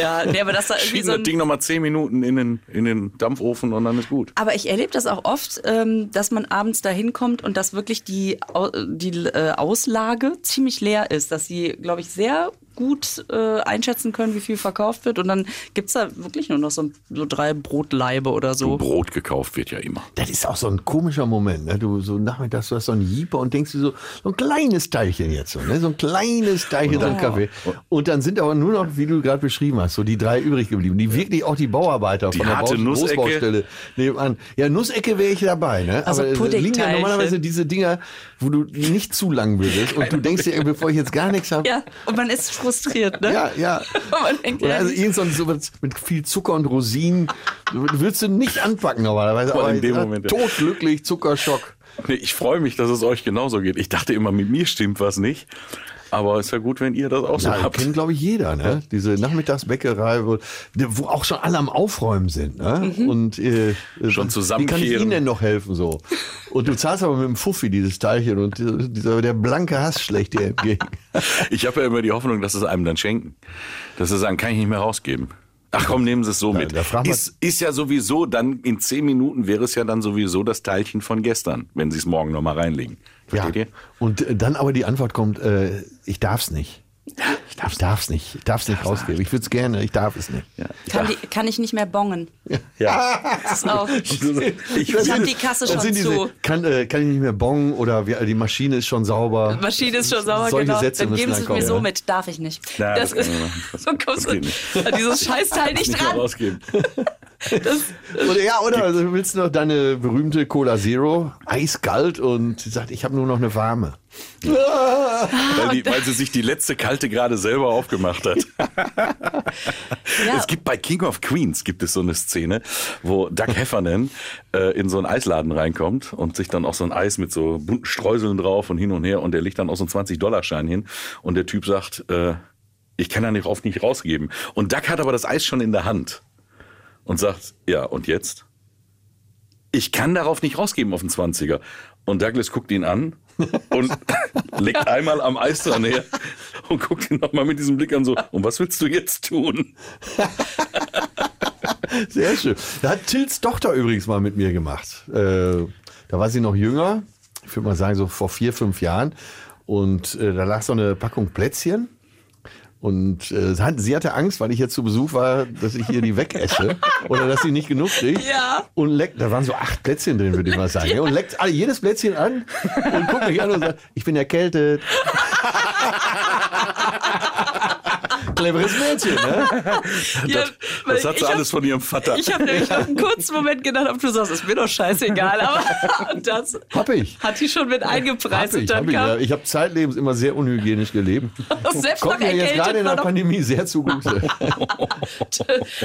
[SPEAKER 3] ja, nee, aber das da irgendwie
[SPEAKER 1] Schieben
[SPEAKER 3] so
[SPEAKER 1] das
[SPEAKER 3] ein,
[SPEAKER 1] Ding nochmal zehn Minuten in den, in den Dampfofen und dann ist gut.
[SPEAKER 3] Aber ich erlebe das auch oft, ähm, dass man abends da hinkommt und dass wirklich die, Au- die äh, Auslage ziemlich leer ist, dass sie, glaube ich, sehr gut äh, einschätzen können, wie viel verkauft wird. Und dann gibt's da wirklich nur noch so, so drei Brotleibe oder so.
[SPEAKER 1] Brot gekauft wird ja immer.
[SPEAKER 2] Das ist auch so ein komischer Moment. Ne? Du so nachmittags, du hast so einen Jeeper und denkst dir so, so ein kleines Teilchen jetzt. So, ne? so ein kleines Teilchen an Kaffee. Und dann sind aber nur noch, wie du gerade beschrieben hast, so die drei übrig geblieben, die wirklich auch die Bauarbeiter
[SPEAKER 1] Die
[SPEAKER 2] von der
[SPEAKER 1] harte
[SPEAKER 2] Bau-
[SPEAKER 1] Nussecke.
[SPEAKER 2] Großbaustelle nebenan. Ja, Nussecke wäre ich dabei. Ne?
[SPEAKER 3] Also
[SPEAKER 2] aber es liegen ja
[SPEAKER 3] Puddingteilchen.
[SPEAKER 2] normalerweise diese Dinger, wo du nicht zu lang würdest und du denkst dir, ey, bevor ich jetzt gar nichts habe.
[SPEAKER 3] Ja, und man ist frustriert, ne?
[SPEAKER 2] Ja, ja.
[SPEAKER 3] Und man denkt,
[SPEAKER 2] Oder
[SPEAKER 3] ja,
[SPEAKER 2] also
[SPEAKER 3] die-
[SPEAKER 2] irgend so ein- so was mit viel Zucker und Rosinen würdest du nicht anpacken normalerweise.
[SPEAKER 1] Boah,
[SPEAKER 2] Aber
[SPEAKER 1] in dem
[SPEAKER 2] ja,
[SPEAKER 1] Moment, ja.
[SPEAKER 2] totglücklich, Zuckerschock.
[SPEAKER 1] Nee, ich freue mich, dass es euch genauso geht. Ich dachte immer, mit mir stimmt was nicht. Aber ist ja gut, wenn ihr das auch so
[SPEAKER 2] Ja,
[SPEAKER 1] habt.
[SPEAKER 2] kennt, glaube ich, jeder, ne? Diese Nachmittagsbäckerei, wo, wo auch schon alle am Aufräumen sind, ne? Und äh,
[SPEAKER 1] Schon
[SPEAKER 2] Wie kann ich
[SPEAKER 1] zusammenkehren.
[SPEAKER 2] Ihnen denn noch helfen so? Und du zahlst aber mit dem Fuffi dieses Teilchen und dieser, dieser- der blanke Hass schlägt dir entgegen.
[SPEAKER 1] Ich habe ja immer die Hoffnung, dass es einem dann schenken. Dass sie sagen, kann ich nicht mehr rausgeben. Ach komm, nehmen Sie es so mit.
[SPEAKER 2] da fragt man-
[SPEAKER 1] ist, ist ja sowieso, dann in zehn Minuten wäre es ja dann sowieso das Teilchen von gestern, wenn Sie es morgen nochmal reinlegen. Versteht ihr?
[SPEAKER 2] Und äh, dann aber die Antwort kommt, äh, ich darf's nicht. Ich darf's, nicht. Ich darf's nicht rausgeben. Ich würde es gerne, ich darf es nicht. Ja.
[SPEAKER 3] Kann, die, kann ich nicht mehr bongen.
[SPEAKER 1] Ja.
[SPEAKER 3] Das ist auch.
[SPEAKER 1] Ich,
[SPEAKER 3] Ich hab die Kasse schon zu.
[SPEAKER 2] Kann, äh, kann ich nicht mehr bongen oder wie, die Maschine ist schon sauber.
[SPEAKER 3] Maschine ist schon sauer,
[SPEAKER 2] Solche
[SPEAKER 3] genau.
[SPEAKER 2] Sätze
[SPEAKER 3] Dann
[SPEAKER 2] müssen
[SPEAKER 3] geben Sie es
[SPEAKER 2] reinkommen,
[SPEAKER 3] mir so
[SPEAKER 2] ne?
[SPEAKER 3] mit. Darf ich nicht.
[SPEAKER 1] Ja,
[SPEAKER 3] das
[SPEAKER 1] das
[SPEAKER 3] ist,
[SPEAKER 1] kann man machen. Das-
[SPEAKER 3] so kommst
[SPEAKER 1] das
[SPEAKER 3] du
[SPEAKER 1] geht
[SPEAKER 3] an dieses Scheißteil nicht
[SPEAKER 1] nicht mehr
[SPEAKER 3] dran.
[SPEAKER 1] rausgeben.
[SPEAKER 3] Das,
[SPEAKER 2] Oder, ja, oder also willst du noch deine berühmte Cola Zero, eiskalt und sie sagt, ich habe nur noch eine warme.
[SPEAKER 1] Weil, die, weil sie sich die letzte kalte gerade selber aufgemacht hat.
[SPEAKER 3] ja,
[SPEAKER 1] Es gibt bei King of Queens gibt es so eine Szene, wo Doug Heffernan äh, in so einen Eisladen reinkommt und sich dann auch so ein Eis mit so bunten Streuseln drauf und hin und her und der legt dann auch so einen 20-Dollar-Schein hin und der Typ sagt, äh, ich kann da nicht auf nicht rausgeben. Und Doug hat aber das Eis schon in der Hand und sagt, ja, und jetzt? Ich kann darauf nicht rausgeben auf den 20er. Und Douglas guckt ihn an und legt einmal am Eis dran her und guckt ihn nochmal mit diesem Blick an, so, und was willst du jetzt tun?
[SPEAKER 2] Sehr schön. Da hat Tils Tochter übrigens mal mit mir gemacht. Äh, da war sie noch jünger, ich würde mal sagen, so vor vier, fünf Jahren. Und äh, da lag so eine Packung Plätzchen. Und äh, sie hat- sie hatte Angst, weil ich jetzt zu Besuch war, dass ich ihr die wegesse oder dass sie nicht genug kriegt.
[SPEAKER 3] Ja.
[SPEAKER 2] Und leckt, da waren so acht Plätzchen drin, würde ich mal sagen. Und leckt alle, jedes Plätzchen an und guckt mich an und sagt, ich bin erkältet. Cleveres Mädchen, ne?
[SPEAKER 3] ja, weil
[SPEAKER 1] Das hat
[SPEAKER 3] ich
[SPEAKER 1] sie
[SPEAKER 3] hab-
[SPEAKER 1] alles von ihrem Vater.
[SPEAKER 3] Ich habe nämlich auf einen kurzen Moment gedacht, ob du sagst, ist mir doch scheißegal, aber und das
[SPEAKER 2] Hab ich.
[SPEAKER 3] hat die schon mit eingepreist und dann
[SPEAKER 2] ich, ja.
[SPEAKER 3] kam
[SPEAKER 2] ich habe zeitlebens immer sehr unhygienisch gelebt.
[SPEAKER 3] selbst
[SPEAKER 2] Kommt
[SPEAKER 3] noch
[SPEAKER 2] mir jetzt gerade
[SPEAKER 3] erkältet
[SPEAKER 2] in
[SPEAKER 3] war
[SPEAKER 2] der
[SPEAKER 3] noch,
[SPEAKER 2] Pandemie sehr zugute.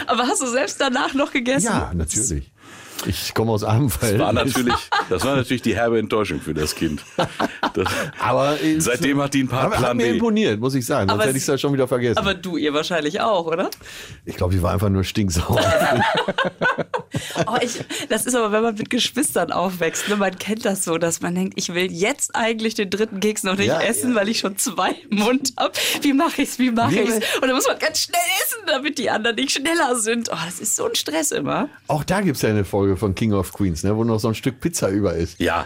[SPEAKER 3] aber hast du selbst danach noch gegessen?
[SPEAKER 2] ja, natürlich. Ich komme aus armen
[SPEAKER 1] War
[SPEAKER 2] Verhältnissen.
[SPEAKER 1] natürlich, das war natürlich die herbe Enttäuschung für das Kind. Das,
[SPEAKER 2] Aber äh,
[SPEAKER 1] seitdem hat die ein paar
[SPEAKER 2] hat, hat
[SPEAKER 1] Plan
[SPEAKER 2] mir
[SPEAKER 1] B.
[SPEAKER 2] imponiert, muss ich sagen. Sonst
[SPEAKER 3] Aber
[SPEAKER 2] hätte ich
[SPEAKER 3] es-
[SPEAKER 2] es ja schon wieder vergessen.
[SPEAKER 3] Aber du, ihr wahrscheinlich auch, oder?
[SPEAKER 2] ich glaube, ich war einfach nur stinksauer.
[SPEAKER 3] Oh, ich, das ist aber, wenn man mit Geschwistern aufwächst, ne? man kennt das so, dass man denkt, ich will jetzt eigentlich den dritten Keks noch nicht
[SPEAKER 2] Ja,
[SPEAKER 3] essen,
[SPEAKER 2] ja.
[SPEAKER 3] weil ich schon zwei im Mund habe. Wie mache ich's? Wie mache
[SPEAKER 2] Liebe-
[SPEAKER 3] ich's? Und dann muss man ganz schnell essen, damit die anderen nicht schneller sind. Oh, das ist so ein Stress immer.
[SPEAKER 2] Auch da gibt es ja eine Folge von King of Queens, ne, wo noch so ein Stück Pizza über ist.
[SPEAKER 1] Ja,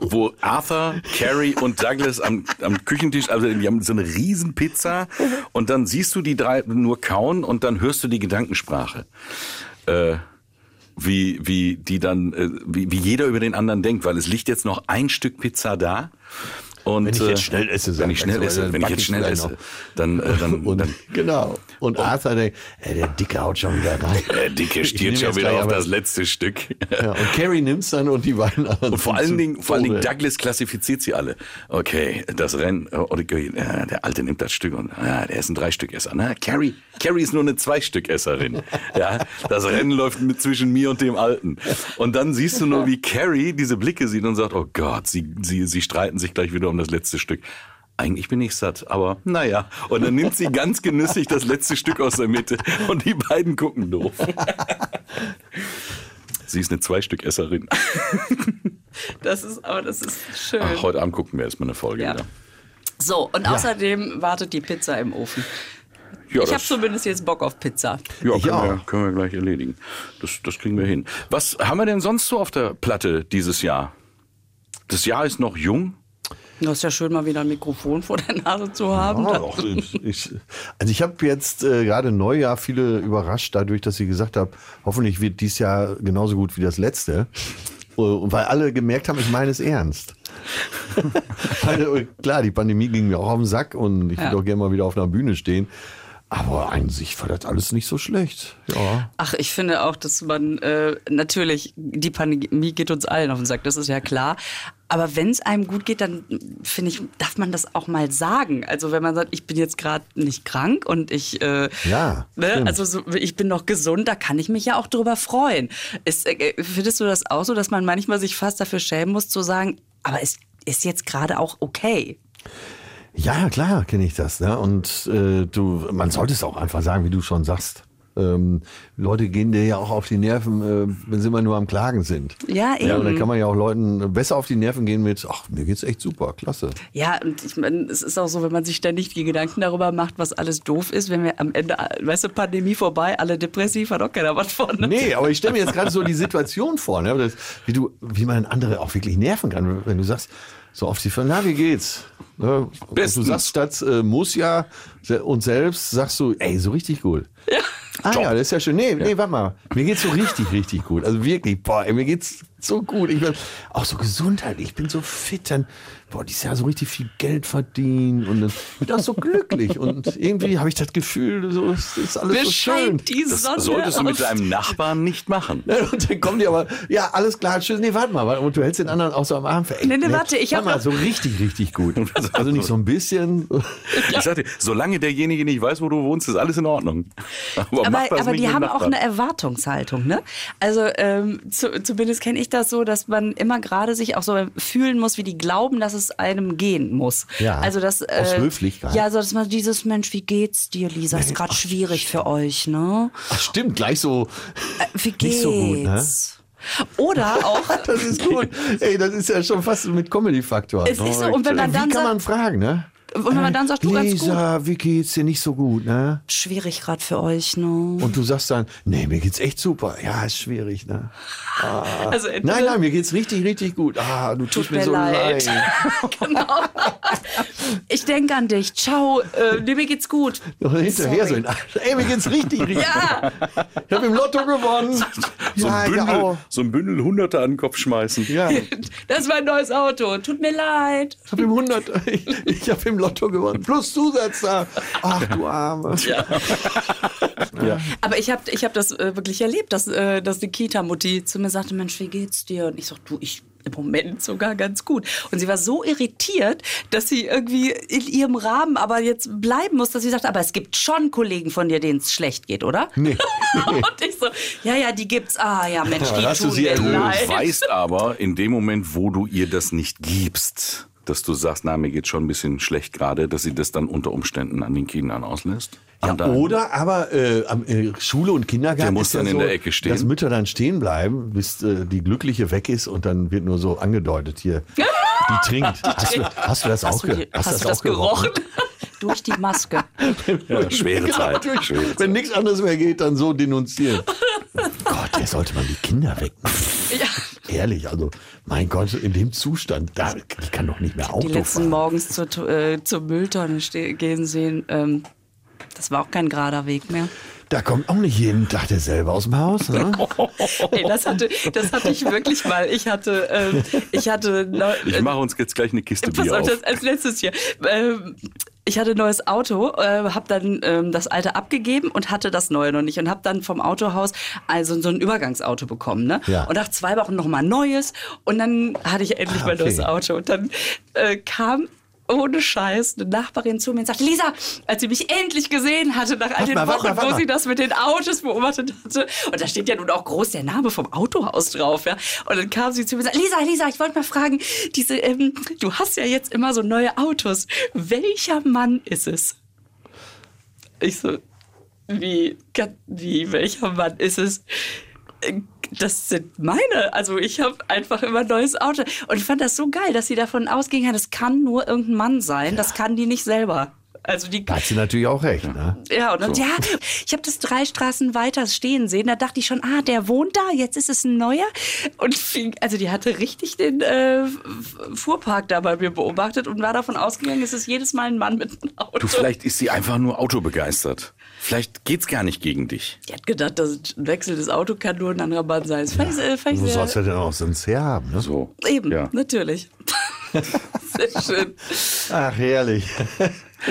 [SPEAKER 1] wo Arthur, Carrie und Douglas am, am Küchentisch, also die haben so eine riesen Pizza und dann siehst du die drei nur kauen und dann hörst du die Gedankensprache. Äh, wie, wie die dann, äh, wie, wie jeder über den anderen denkt, weil es liegt jetzt noch ein Stück Pizza da. Und,
[SPEAKER 2] Wenn ich
[SPEAKER 1] äh,
[SPEAKER 2] jetzt schnell esse,
[SPEAKER 1] wenn
[SPEAKER 2] sagt
[SPEAKER 1] ich
[SPEAKER 2] man
[SPEAKER 1] schnell
[SPEAKER 2] so,
[SPEAKER 1] esse,
[SPEAKER 2] dann
[SPEAKER 1] wenn ich
[SPEAKER 2] back
[SPEAKER 1] jetzt
[SPEAKER 2] ich
[SPEAKER 1] schnell
[SPEAKER 2] gleich
[SPEAKER 1] esse,
[SPEAKER 2] noch.
[SPEAKER 1] dann, äh, dann,
[SPEAKER 2] Und,
[SPEAKER 1] dann
[SPEAKER 2] genau. Und Arthur denkt, ey, der Dicke haut schon wieder rein.
[SPEAKER 1] der Äh, Dicke
[SPEAKER 2] Ich nehme
[SPEAKER 1] stiert schon
[SPEAKER 2] jetzt
[SPEAKER 1] wieder
[SPEAKER 2] gleich
[SPEAKER 1] auf
[SPEAKER 2] aber-
[SPEAKER 1] das letzte Stück.
[SPEAKER 2] Ja, und Carrie nimmt es dann und die beiden anderen.
[SPEAKER 1] Und vor
[SPEAKER 2] sind
[SPEAKER 1] allen
[SPEAKER 2] zu
[SPEAKER 1] Dingen, vor allen Dingen
[SPEAKER 2] Tode.
[SPEAKER 1] Douglas klassifiziert sie alle. Okay, das Rennen, äh, oder, äh, der Alte nimmt das Stück und ah, der ist ein Dreistückesser. Ne? Carrie, Carrie ist nur eine Zweistückesserin. Ja, das Rennen läuft mit zwischen mir und dem Alten. Und dann siehst du nur, wie Carrie diese Blicke sieht und sagt, oh Gott, sie, sie, sie streiten sich gleich wieder um das letzte Stück. Eigentlich bin ich satt, aber naja. Und dann nimmt sie ganz genüsslich das letzte Stück aus der Mitte und die beiden gucken doof. Sie ist eine Zweistückesserin.
[SPEAKER 3] Das ist, aber das ist schön.
[SPEAKER 1] Ach, heute Abend gucken wir erstmal eine Folge
[SPEAKER 3] Ja.
[SPEAKER 1] wieder.
[SPEAKER 3] So, und außerdem wartet die Pizza im Ofen.
[SPEAKER 1] Ja,
[SPEAKER 3] ich habe
[SPEAKER 1] das-
[SPEAKER 3] zumindest jetzt Bock auf Pizza.
[SPEAKER 1] Ja,
[SPEAKER 2] Ich
[SPEAKER 1] können,
[SPEAKER 2] auch.
[SPEAKER 1] Wir, können wir gleich erledigen. Das, das kriegen wir hin. Was haben wir denn sonst so auf der Platte dieses Jahr? Das Jahr ist noch jung.
[SPEAKER 3] Das ist ja schön, mal wieder ein Mikrofon vor der Nase zu haben.
[SPEAKER 2] Ja, doch, ich, also ich habe jetzt äh, gerade Neujahr viele überrascht dadurch, dass ich gesagt habe, hoffentlich wird dies Jahr genauso gut wie das letzte. Äh, Und weil alle gemerkt haben, ich meine es ernst. weil, äh, klar, die Pandemie ging mir auch auf den Sack und ich
[SPEAKER 3] Ja.
[SPEAKER 2] würde auch gerne mal wieder auf einer Bühne stehen. Aber an sich war das alles nicht so schlecht. Ja.
[SPEAKER 3] Ach, ich finde auch, dass man äh, natürlich, die Pandemie geht uns allen auf den Sack, das ist ja klar. Aber wenn es einem gut geht, dann finde ich, darf man das auch mal sagen. Also wenn man sagt, ich bin jetzt gerade nicht krank und ich, äh,
[SPEAKER 2] Ja,
[SPEAKER 3] ne,
[SPEAKER 2] stimmt.
[SPEAKER 3] also so, ich bin noch gesund, da kann ich mich ja auch drüber freuen. Ist, äh, findest du das auch so, dass man manchmal sich fast dafür schämen muss zu sagen, aber es ist jetzt gerade auch okay?
[SPEAKER 2] Ja, klar, kenne ich das. Ne? Und äh, du, man sollte es auch einfach sagen, wie du schon sagst. Äh, ähm, Leute gehen dir ja auch auf die Nerven, äh, wenn sie immer nur am Klagen sind.
[SPEAKER 3] Ja,
[SPEAKER 2] Ja, und dann
[SPEAKER 3] eben.
[SPEAKER 2] kann man ja auch Leuten besser auf die Nerven gehen mit, ach, mir geht's echt super, klasse.
[SPEAKER 3] Ja, und ich meine, es ist auch so, wenn man sich ständig die Gedanken darüber macht, was alles doof ist, wenn wir am Ende, weißt du, Pandemie vorbei, alle depressiv, hat auch keiner was von. ne?
[SPEAKER 2] Nee, aber ich stelle mir jetzt gerade so die Situation vor, ne? das, wie, du, wie man andere auch wirklich nerven kann, wenn du sagst, so auf die Fall, na, wie geht's? Ne? Und du
[SPEAKER 1] Bestens.
[SPEAKER 2] sagst statt äh, muss ja se- und selbst sagst du, ey, so richtig gut. Ja. Ah ja, das ist ja schön. Nee, nee, warte mal. Mir geht's so richtig, richtig gut. Also wirklich, boah, ey, mir geht's so gut. Ich bin auch so Gesundheit, ich bin so fit. Dann, boah, dieses Jahr so richtig viel Geld verdienen und dann bin auch so glücklich. Und irgendwie habe ich das Gefühl, so, es ist alles
[SPEAKER 3] Mir
[SPEAKER 2] so schön.
[SPEAKER 3] scheint die
[SPEAKER 1] Das
[SPEAKER 3] Sonne
[SPEAKER 1] solltest du
[SPEAKER 3] auf-
[SPEAKER 1] mit deinem Nachbarn nicht machen.
[SPEAKER 2] Ne, Und dann kommen die aber, ja, alles klar, tschüss. Nee, warte mal. warte, Und du hältst den anderen auch so am Arm fest.
[SPEAKER 3] Nee, nee, warte, ich
[SPEAKER 2] Warte
[SPEAKER 3] hab
[SPEAKER 2] mal,
[SPEAKER 3] noch-
[SPEAKER 2] so richtig, richtig gut. Also nicht so ein bisschen.
[SPEAKER 1] Ich sagte, solange derjenige nicht weiß, wo du wohnst, ist alles in Ordnung. Aber, mach
[SPEAKER 3] aber,
[SPEAKER 1] das
[SPEAKER 3] aber
[SPEAKER 1] nicht
[SPEAKER 3] die
[SPEAKER 1] mit
[SPEAKER 3] haben auch
[SPEAKER 1] Nachbarn.
[SPEAKER 3] eine Erwartungshaltung, ne? Also ähm, zu, zumindest kenne ich das so, dass man immer gerade sich auch so fühlen muss, wie die glauben, dass es einem gehen muss.
[SPEAKER 2] Ja,
[SPEAKER 3] also das, äh,
[SPEAKER 2] aus Höflichkeit.
[SPEAKER 3] Ja, so dass man dieses Mensch, wie geht's dir, Lisa? Ist gerade schwierig für euch, ne?
[SPEAKER 2] Ach, stimmt, gleich so.
[SPEAKER 3] Äh, wie geht's?
[SPEAKER 2] Nicht so gut, ne?
[SPEAKER 3] Oder auch
[SPEAKER 2] Das ist gut. Ey, das ist ja schon fast mit Comedy-Faktor.
[SPEAKER 3] Es ist so, und wenn man
[SPEAKER 2] Wie
[SPEAKER 3] dann
[SPEAKER 2] kann
[SPEAKER 3] sagt-
[SPEAKER 2] man fragen, ne?
[SPEAKER 3] Und wenn man dann sagt, du, ganz
[SPEAKER 2] Lisa, wie geht's dir nicht so gut, ne?
[SPEAKER 3] schwierig gerade für euch, ne?
[SPEAKER 2] Und du sagst dann, nee, mir geht's echt super. Ja, ist schwierig, ne?
[SPEAKER 3] Also entweder-
[SPEAKER 2] Nein, nein, mir geht's richtig, richtig gut. Ah, du tust
[SPEAKER 3] Tut
[SPEAKER 2] äh, mir, so leid.
[SPEAKER 3] genau. Ich denke an dich. Ciao. Äh, nee, mir geht's gut.
[SPEAKER 2] Und hinterher
[SPEAKER 3] Sorry.
[SPEAKER 2] so, ey, mir geht's richtig, richtig
[SPEAKER 3] Ja.
[SPEAKER 2] gut. Ich habe im Lotto gewonnen.
[SPEAKER 1] So
[SPEAKER 2] Ja,
[SPEAKER 1] ein,
[SPEAKER 2] ja, oh.
[SPEAKER 1] Bündel,
[SPEAKER 2] auch.
[SPEAKER 1] so ein Bündel Hunderte an den Kopf schmeißen.
[SPEAKER 2] Ja, ich
[SPEAKER 3] Das ist mein neues Auto. Tut mir leid.
[SPEAKER 2] habe im 100, ich, ich habe im Lotto gewonnen. Plus Zusatz da. Ach du Arme.
[SPEAKER 3] Aber ich habe ich hab das äh, wirklich erlebt, dass, äh, dass eine Kita-Mutti zu mir sagte, Mensch, wie geht's dir? Und ich sag, du, ich im Moment sogar ganz gut. Und sie war so irritiert, dass sie irgendwie in ihrem Rahmen aber jetzt bleiben muss, dass sie sagt, aber es gibt schon Kollegen von dir, denen es schlecht geht, oder? Nee. Und ich so, ja, ja, die gibt's. Ah, ja, Mensch,
[SPEAKER 2] Aber
[SPEAKER 3] die
[SPEAKER 2] hast du
[SPEAKER 3] tun
[SPEAKER 2] sie
[SPEAKER 3] mir
[SPEAKER 2] erlöst?
[SPEAKER 1] Du
[SPEAKER 3] leid.
[SPEAKER 1] weißt aber in dem Moment, wo du ihr das nicht gibst, dass du sagst, na, mir geht schon ein bisschen schlecht gerade, dass sie das dann unter Umständen an den Kindern auslässt. An
[SPEAKER 2] Ja,
[SPEAKER 1] deinen-
[SPEAKER 2] oder aber äh, am, äh, Schule und Kindergarten
[SPEAKER 1] Der muss
[SPEAKER 2] ist ja
[SPEAKER 1] dann in
[SPEAKER 2] so,
[SPEAKER 1] der Ecke stehen.
[SPEAKER 2] dass Mütter dann stehen bleiben, bis äh, die Glückliche weg ist und dann wird nur so angedeutet hier. Die trinkt. Hast, du, hast du das auch,
[SPEAKER 3] Hast du,
[SPEAKER 2] ge
[SPEAKER 3] die, hast du das,
[SPEAKER 2] auch
[SPEAKER 3] gerochen? Durch die Maske.
[SPEAKER 1] Ja, schwere Zeit.
[SPEAKER 2] Natürlich.
[SPEAKER 1] Schwere
[SPEAKER 2] Wenn nichts anderes mehr geht, dann so denunzieren. Gott, der sollte man die Kinder wegnehmen. Ehrlich, also mein Gott, in dem Zustand, da, ich kann doch nicht mehr Auto
[SPEAKER 3] die letzten
[SPEAKER 2] fahren.
[SPEAKER 3] morgens zur, Tu- äh, zur Mülltonne ste- gehen sehen. Ähm, das war auch kein gerader Weg mehr.
[SPEAKER 2] Da kommt auch nicht jeden Tag derselbe aus dem Haus. Ne?
[SPEAKER 3] Ey, das hatte, das hatte ich wirklich mal. Ich hatte, ähm, ich hatte, neu, äh,
[SPEAKER 1] Ich mache uns jetzt gleich eine Kiste
[SPEAKER 3] pass
[SPEAKER 1] Bier
[SPEAKER 3] auf,
[SPEAKER 1] auf.
[SPEAKER 3] das als letztes hier. Ähm, ich hatte ein neues Auto, äh, habe dann ähm, das alte abgegeben und hatte das neue noch nicht und habe dann vom Autohaus also so ein Übergangsauto bekommen, ne?
[SPEAKER 2] Ja.
[SPEAKER 3] Und nach zwei Wochen noch mal ein neues und dann hatte ich endlich
[SPEAKER 2] Ah,
[SPEAKER 3] mein
[SPEAKER 2] okay.
[SPEAKER 3] neues Auto und dann äh, kam ohne Scheiß eine Nachbarin zu mir und sagte, Lisa, als sie mich endlich gesehen hatte nach all
[SPEAKER 2] Warte
[SPEAKER 3] den
[SPEAKER 2] mal, warte
[SPEAKER 3] Wochen,
[SPEAKER 2] mal, warte
[SPEAKER 3] wo
[SPEAKER 2] mal.
[SPEAKER 3] sie das mit den Autos beobachtet hatte. Und da steht ja nun auch groß der Name vom Autohaus drauf. Ja? Und dann kam sie zu mir und sagte, Lisa, Lisa, ich wollte mal fragen, diese, ähm, du hast ja jetzt immer so neue Autos. Welcher Mann ist es? Ich so, wie, Gott, wie welcher Mann ist es? Äh, Das sind meine. Also ich habe einfach immer ein neues Auto. Und ich fand das so geil, dass sie davon ausging, ja, das kann nur irgendein Mann sein. Das kann die nicht selber. Also die,
[SPEAKER 2] Da hat sie natürlich auch recht. Ne?
[SPEAKER 3] ja, und dann, ja, ich habe das drei Straßen weiter stehen sehen. Da dachte ich schon, ah, der wohnt da, jetzt ist es ein neuer. Und fing, also die hatte richtig den äh, F- Fuhrpark da bei mir beobachtet und war davon ausgegangen, es ist jedes Mal ein Mann mit einem Auto.
[SPEAKER 1] Du, vielleicht ist sie einfach nur autobegeistert. Vielleicht geht's gar nicht gegen dich.
[SPEAKER 3] die hat gedacht, dass ein Wechsel des Auto kann nur ein anderer Mann sein. Das fand ich, äh, fand
[SPEAKER 2] Wo
[SPEAKER 3] ich
[SPEAKER 2] sollst
[SPEAKER 3] sehr,
[SPEAKER 2] du denn auch sonst herhaben? Ne?
[SPEAKER 1] So.
[SPEAKER 3] eben,
[SPEAKER 1] Ja.
[SPEAKER 3] natürlich. sehr schön.
[SPEAKER 2] Ach, herrlich.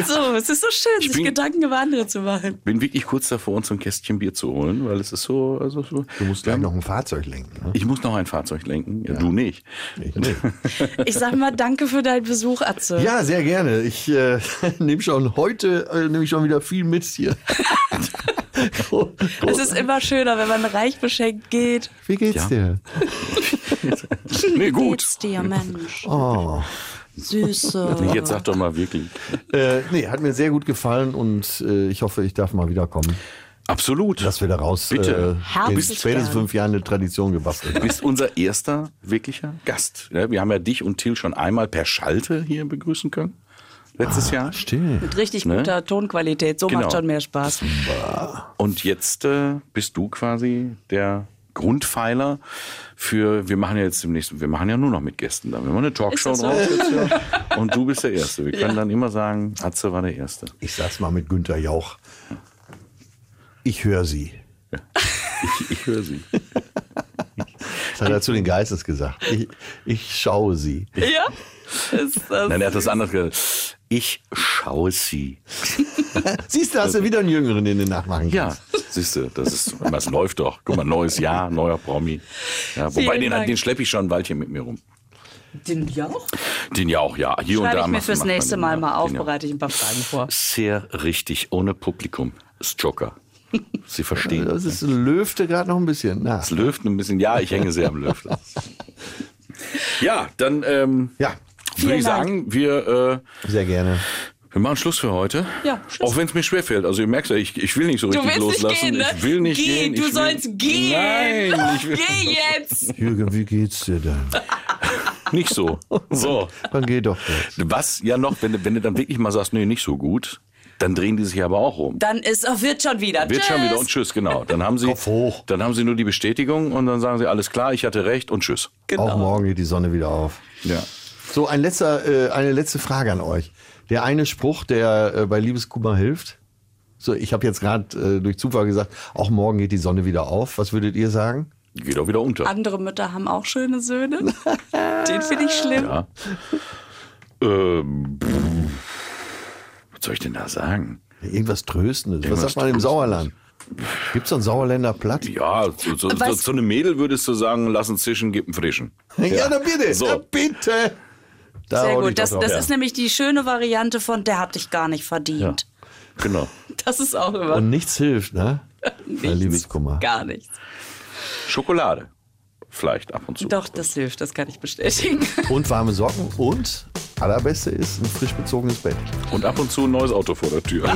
[SPEAKER 3] So, es ist so schön, sich
[SPEAKER 1] bin-
[SPEAKER 3] Gedanken über andere zu machen.
[SPEAKER 1] Bin wirklich kurz davor, uns so ein Kästchen Bier zu holen, weil es ist so. Also so
[SPEAKER 2] Du musst gleich noch ein Fahrzeug lenken. Ne?
[SPEAKER 1] ich muss noch ein Fahrzeug lenken. Ja, Du nicht.
[SPEAKER 2] Ich nicht.
[SPEAKER 3] Ich sag mal, danke für deinen Besuch, Atze.
[SPEAKER 2] Ja, sehr gerne. Ich äh, nehme schon heute äh, nehme ich schon wieder viel mit hier. Gro-
[SPEAKER 3] Es
[SPEAKER 2] groß-
[SPEAKER 3] ist immer schöner, wenn man reich beschenkt geht.
[SPEAKER 2] Wie geht's
[SPEAKER 1] Ja.
[SPEAKER 2] dir?
[SPEAKER 1] Nee, gut.
[SPEAKER 3] Geht's dir, Mensch?
[SPEAKER 2] Oh.
[SPEAKER 1] Nee,
[SPEAKER 3] Süße.
[SPEAKER 1] Jetzt sag doch mal wirklich.
[SPEAKER 2] Äh, nee, hat mir sehr gut gefallen und äh, ich hoffe, ich darf mal wiederkommen.
[SPEAKER 1] Absolut.
[SPEAKER 2] dass wir daraus
[SPEAKER 1] Bitte.
[SPEAKER 2] äh, in
[SPEAKER 3] Herzlich
[SPEAKER 2] spätestens
[SPEAKER 3] gern.
[SPEAKER 2] fünf Jahren eine Tradition gebastelt
[SPEAKER 1] Du
[SPEAKER 2] haben.
[SPEAKER 1] bist unser erster wirklicher Gast. Ja, wir haben ja dich und Till schon einmal per Schalte hier begrüßen können.
[SPEAKER 3] Ah,
[SPEAKER 1] Letztes Jahr.
[SPEAKER 2] Still.
[SPEAKER 3] Mit richtig
[SPEAKER 1] Ne?
[SPEAKER 3] guter Tonqualität. So
[SPEAKER 1] Genau.
[SPEAKER 3] macht schon mehr Spaß.
[SPEAKER 1] Und jetzt äh, bist du quasi der Grundpfeiler für, wir machen ja jetzt demnächst, wir machen ja nur noch mit Gästen da. Wir machen eine Talkshow
[SPEAKER 3] Ist das so?
[SPEAKER 1] draus jetzt, ja. Und du bist der Erste. Wir können dann immer sagen, Atze war der Erste.
[SPEAKER 2] Ich sag's mal mit Günther Jauch. Ich höre sie.
[SPEAKER 1] Ich, ich höre sie.
[SPEAKER 2] Das hat er zu den Geistes gesagt. Ich, ich schaue sie.
[SPEAKER 3] Ja? Ist das
[SPEAKER 1] Nein, er hat das anders gesagt. Ich schaue sie.
[SPEAKER 2] Siehst du, hast du wieder einen Jüngeren, den du nachmachen
[SPEAKER 1] Ja,
[SPEAKER 2] kannst.
[SPEAKER 1] siehst du, das ist, das läuft doch. Guck mal, neues Jahr, neuer Promi. Ja, wobei
[SPEAKER 3] Vielen
[SPEAKER 1] den,
[SPEAKER 3] Dank.
[SPEAKER 1] den schleppe ich schon ein Weilchen mit mir rum.
[SPEAKER 3] den Jauch?
[SPEAKER 1] Den ja auch, ja. Hier und
[SPEAKER 3] Schreibe
[SPEAKER 1] da
[SPEAKER 3] ich mir
[SPEAKER 1] macht-
[SPEAKER 3] fürs
[SPEAKER 1] macht man
[SPEAKER 3] nächste
[SPEAKER 1] den,
[SPEAKER 3] Mal
[SPEAKER 1] ja.
[SPEAKER 3] mal auf,
[SPEAKER 1] Den ja.
[SPEAKER 3] bereite ich ein paar Fragen vor.
[SPEAKER 1] Sehr richtig, ohne Publikum. Ist Joker. Sie verstehen.
[SPEAKER 2] Das ist löfte gerade noch ein bisschen. Na.
[SPEAKER 1] Das Lüften ein bisschen. Ja, ich hänge sehr am Lüften. Ja, dann ähm,
[SPEAKER 2] Ja,
[SPEAKER 1] würde
[SPEAKER 3] Vielen
[SPEAKER 1] ich
[SPEAKER 3] Dank.
[SPEAKER 1] sagen, wir,
[SPEAKER 2] sehr gerne.
[SPEAKER 1] äh, wir machen Schluss für heute.
[SPEAKER 3] Ja, Schluss.
[SPEAKER 1] Auch wenn es mir schwerfällt. Also ihr merkt ja, ich, ich will nicht so
[SPEAKER 3] Du
[SPEAKER 1] richtig
[SPEAKER 3] willst nicht
[SPEAKER 1] loslassen.
[SPEAKER 3] gehen, ne?
[SPEAKER 1] Ich will nicht
[SPEAKER 3] Geh,
[SPEAKER 1] gehen.
[SPEAKER 3] du
[SPEAKER 1] ich will,
[SPEAKER 3] sollst gehen.
[SPEAKER 1] Nein, ich will
[SPEAKER 3] Geh jetzt!
[SPEAKER 2] Jürgen, wie geht's dir denn?
[SPEAKER 1] nicht so. So.
[SPEAKER 2] Dann geh doch. jetzt.
[SPEAKER 1] Was ja noch, wenn, du- wenn du dann wirklich mal sagst, nee, nicht so gut, dann drehen die sich aber auch um.
[SPEAKER 3] Dann ist, oh, wird schon wieder.
[SPEAKER 1] Wird
[SPEAKER 3] tschüss.
[SPEAKER 1] schon wieder und tschüss, genau. Dann haben sie,
[SPEAKER 2] Kopf hoch.
[SPEAKER 1] dann haben sie nur die Bestätigung und dann sagen sie alles klar, ich hatte recht und tschüss.
[SPEAKER 3] Genau.
[SPEAKER 1] Oh.
[SPEAKER 2] Auch morgen geht die Sonne wieder auf.
[SPEAKER 1] Ja.
[SPEAKER 2] So, ein letzter, äh, eine letzte Frage an euch. Der eine Spruch, der äh, bei Liebeskummer hilft. So, ich habe jetzt gerade äh, durch Zufall gesagt, auch morgen geht die Sonne wieder auf. Was würdet ihr sagen?
[SPEAKER 1] Geht auch wieder unter.
[SPEAKER 3] Andere Mütter haben auch schöne Söhne. Den finde ich schlimm.
[SPEAKER 1] Ja. Ähm, pff, was soll ich denn da sagen?
[SPEAKER 2] Irgendwas Tröstendes.
[SPEAKER 1] Irgendwas
[SPEAKER 2] Was sagt man im
[SPEAKER 1] Tröstendes.
[SPEAKER 2] Sauerland? Gibt es so ein Sauerländer Platt?
[SPEAKER 1] Ja, so, so, so,
[SPEAKER 3] Was-
[SPEAKER 1] so eine Mädel würdest du sagen, lass uns zischen, gib einen frischen.
[SPEAKER 2] Ja, na bitte,
[SPEAKER 1] So.
[SPEAKER 2] na bitte. Da
[SPEAKER 3] Sehr
[SPEAKER 2] hau dich
[SPEAKER 3] gut.
[SPEAKER 2] doch
[SPEAKER 3] Das,
[SPEAKER 2] drauf.
[SPEAKER 3] das ist nämlich die schöne Variante von, der hat dich gar nicht verdient.
[SPEAKER 1] Genau.
[SPEAKER 3] Das ist auch immer.
[SPEAKER 2] Und nichts hilft, ne? Bei
[SPEAKER 3] nichts.
[SPEAKER 2] Liebeskummer.
[SPEAKER 3] Gar nichts.
[SPEAKER 1] Schokolade. Vielleicht ab und zu.
[SPEAKER 3] Doch, das hilft, das kann ich bestätigen.
[SPEAKER 2] Und warme Socken und allerbeste ist ein frisch bezogenes Bett.
[SPEAKER 1] Und ab und zu ein neues Auto vor der Tür.